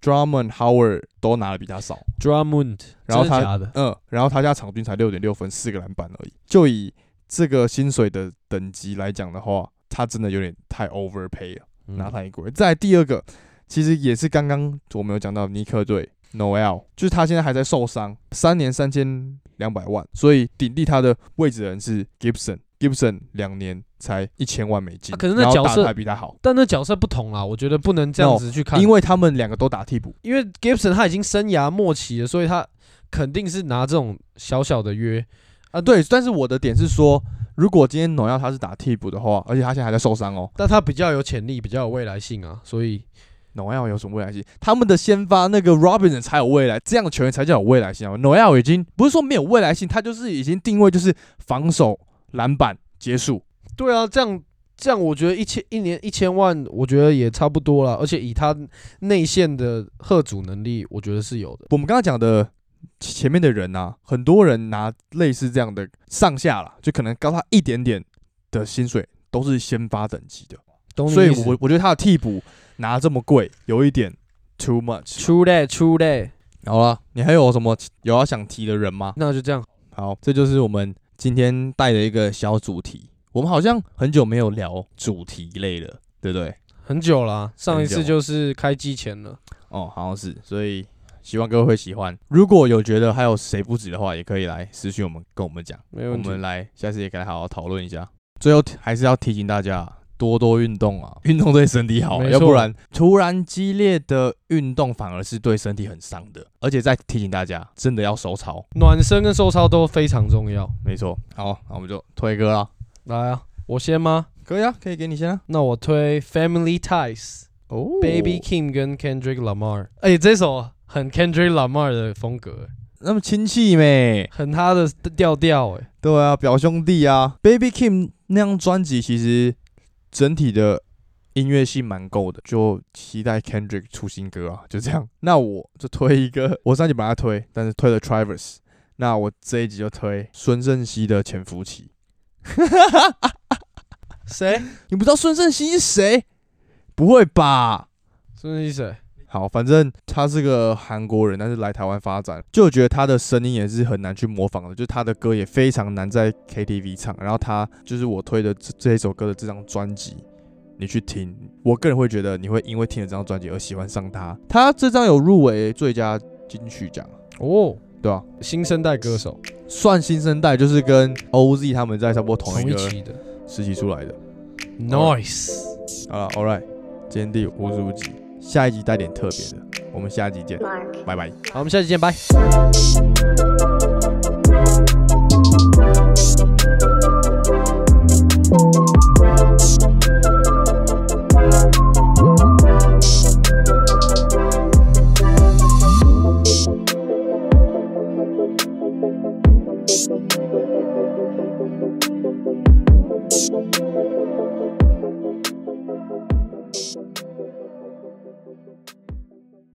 [SPEAKER 2] Drummond、Howard 都拿的比他少，
[SPEAKER 1] Drummond，
[SPEAKER 2] 然
[SPEAKER 1] 真
[SPEAKER 2] 后
[SPEAKER 1] 的
[SPEAKER 2] 他
[SPEAKER 1] 假的，
[SPEAKER 2] 嗯，然后他家场均才六点六分，四个篮板而已。就以这个薪水的等级来讲的话，他真的有点太 overpay 了，
[SPEAKER 1] 嗯
[SPEAKER 2] 拿太贵。再来第二个，其实也是刚刚我们有讲到尼克队 Noel，就是他现在还在受伤，三年三千两百万，所以顶替他的位置的人是 Gibson。Gibson 两年才一千万美金，
[SPEAKER 1] 啊可是那
[SPEAKER 2] 然后
[SPEAKER 1] 角
[SPEAKER 2] 打得
[SPEAKER 1] 色
[SPEAKER 2] 还比他好，
[SPEAKER 1] 但那角色不同啦，我觉得不能这样
[SPEAKER 2] No，
[SPEAKER 1] 子去看，
[SPEAKER 2] 因为他们两个都打替补。
[SPEAKER 1] 因为 Gibson 他已经生涯末期了，所以他肯定是拿这种小小的约，
[SPEAKER 2] 啊对，但是我的点是说，如果今天 Noel 他是打替补的话，而且他现在还在受伤哦，
[SPEAKER 1] 但他比较有潜力，比较有未来性啊，所以
[SPEAKER 2] 诺亚有什么未来性？他们的先发那个 Robinson 才有未来，这样的球员才叫有未来性啊！诺亚已经不是说没有未来性，他就是已经定位就是防守、篮板、结束。
[SPEAKER 1] 对啊，这样这样，我觉得一千一年一千万，我觉得也差不多了，而且以他内线的贺主能力，我觉得是有的。
[SPEAKER 2] 我们刚刚讲的前面的人啊，很多人拿类似这样的上下啦，就可能高他一点点的薪水，都是先发等级的，
[SPEAKER 1] 懂你
[SPEAKER 2] 所以
[SPEAKER 1] 意思
[SPEAKER 2] 我我觉得他的替补拿这么贵，有一点 too much。
[SPEAKER 1] 出类出类，
[SPEAKER 2] 好了，你还有什么有要想提的人吗？
[SPEAKER 1] 那就这样。
[SPEAKER 2] 好，这就是我们今天带的一个小主题。我们好像很久没有聊主题类了，对不对？
[SPEAKER 1] 很久啦、上一
[SPEAKER 2] 很
[SPEAKER 1] 次
[SPEAKER 2] 久
[SPEAKER 1] 就是开机前了。
[SPEAKER 2] 哦，好像是，所以希望各位会喜欢。如果有觉得还有谁不止的话，也可以来私信我们，跟我们讲，
[SPEAKER 1] 没
[SPEAKER 2] 我
[SPEAKER 1] 问题，
[SPEAKER 2] 们来下次也可以来好好讨论一下。最后提还是要提醒大家多多运动啊，运动对身体好，
[SPEAKER 1] 没
[SPEAKER 2] 要不
[SPEAKER 1] 错
[SPEAKER 2] 然突然激烈的运动反而是对身体很伤的。而且再提醒大家，真的要手操，
[SPEAKER 1] 暖身跟收操都非常重要。
[SPEAKER 2] 没错。好，那我们就推歌啦，
[SPEAKER 1] 来啊，我先吗？
[SPEAKER 2] 可以啊，可以给你先啊。
[SPEAKER 1] 那我推 Family Ties、
[SPEAKER 2] 哦
[SPEAKER 1] Baby Kim 跟 Kendrick Lamar。哎、这首很 Kendrick Lamar 的风格、
[SPEAKER 2] 那么亲戚没？
[SPEAKER 1] 很他的调调哎。
[SPEAKER 2] 对啊，表兄弟啊，Baby Kim 那张专辑其实整体的音乐性蛮够的，就期待 Kendrick 出新歌啊，就这样。 那我就推一个， 我上集本来要推，但是推了 Travis，那我这一集就推孙盛熙的《潜伏期》。
[SPEAKER 1] 谁？
[SPEAKER 2] 你不知道孙盛熙是谁？不会吧？
[SPEAKER 1] 孙正义谁？
[SPEAKER 2] 好，反正他是个韩国人，但是来台湾发展，就觉得他的声音也是很难去模仿的，就是他的歌也非常难在 KTV 唱。然后他就是我推的这这一首歌的这张专辑，你去听，我个人会觉得你会因为听了这张专辑而喜欢上他。他这张有入围最佳金曲奖，
[SPEAKER 1] 哦，
[SPEAKER 2] 对吧、
[SPEAKER 1] 新生代歌手，
[SPEAKER 2] 算新生代，就是跟 OZ 他们在差不多同
[SPEAKER 1] 同
[SPEAKER 2] 一
[SPEAKER 1] 一
[SPEAKER 2] 个
[SPEAKER 1] 期的。
[SPEAKER 2] 时期出来的。
[SPEAKER 1] Nice。
[SPEAKER 2] 好了，All right，今天第五十五集，下一集带点特别的，我们下一集见，
[SPEAKER 3] Mark.
[SPEAKER 2] 拜拜。
[SPEAKER 1] 好，我们下期见，拜。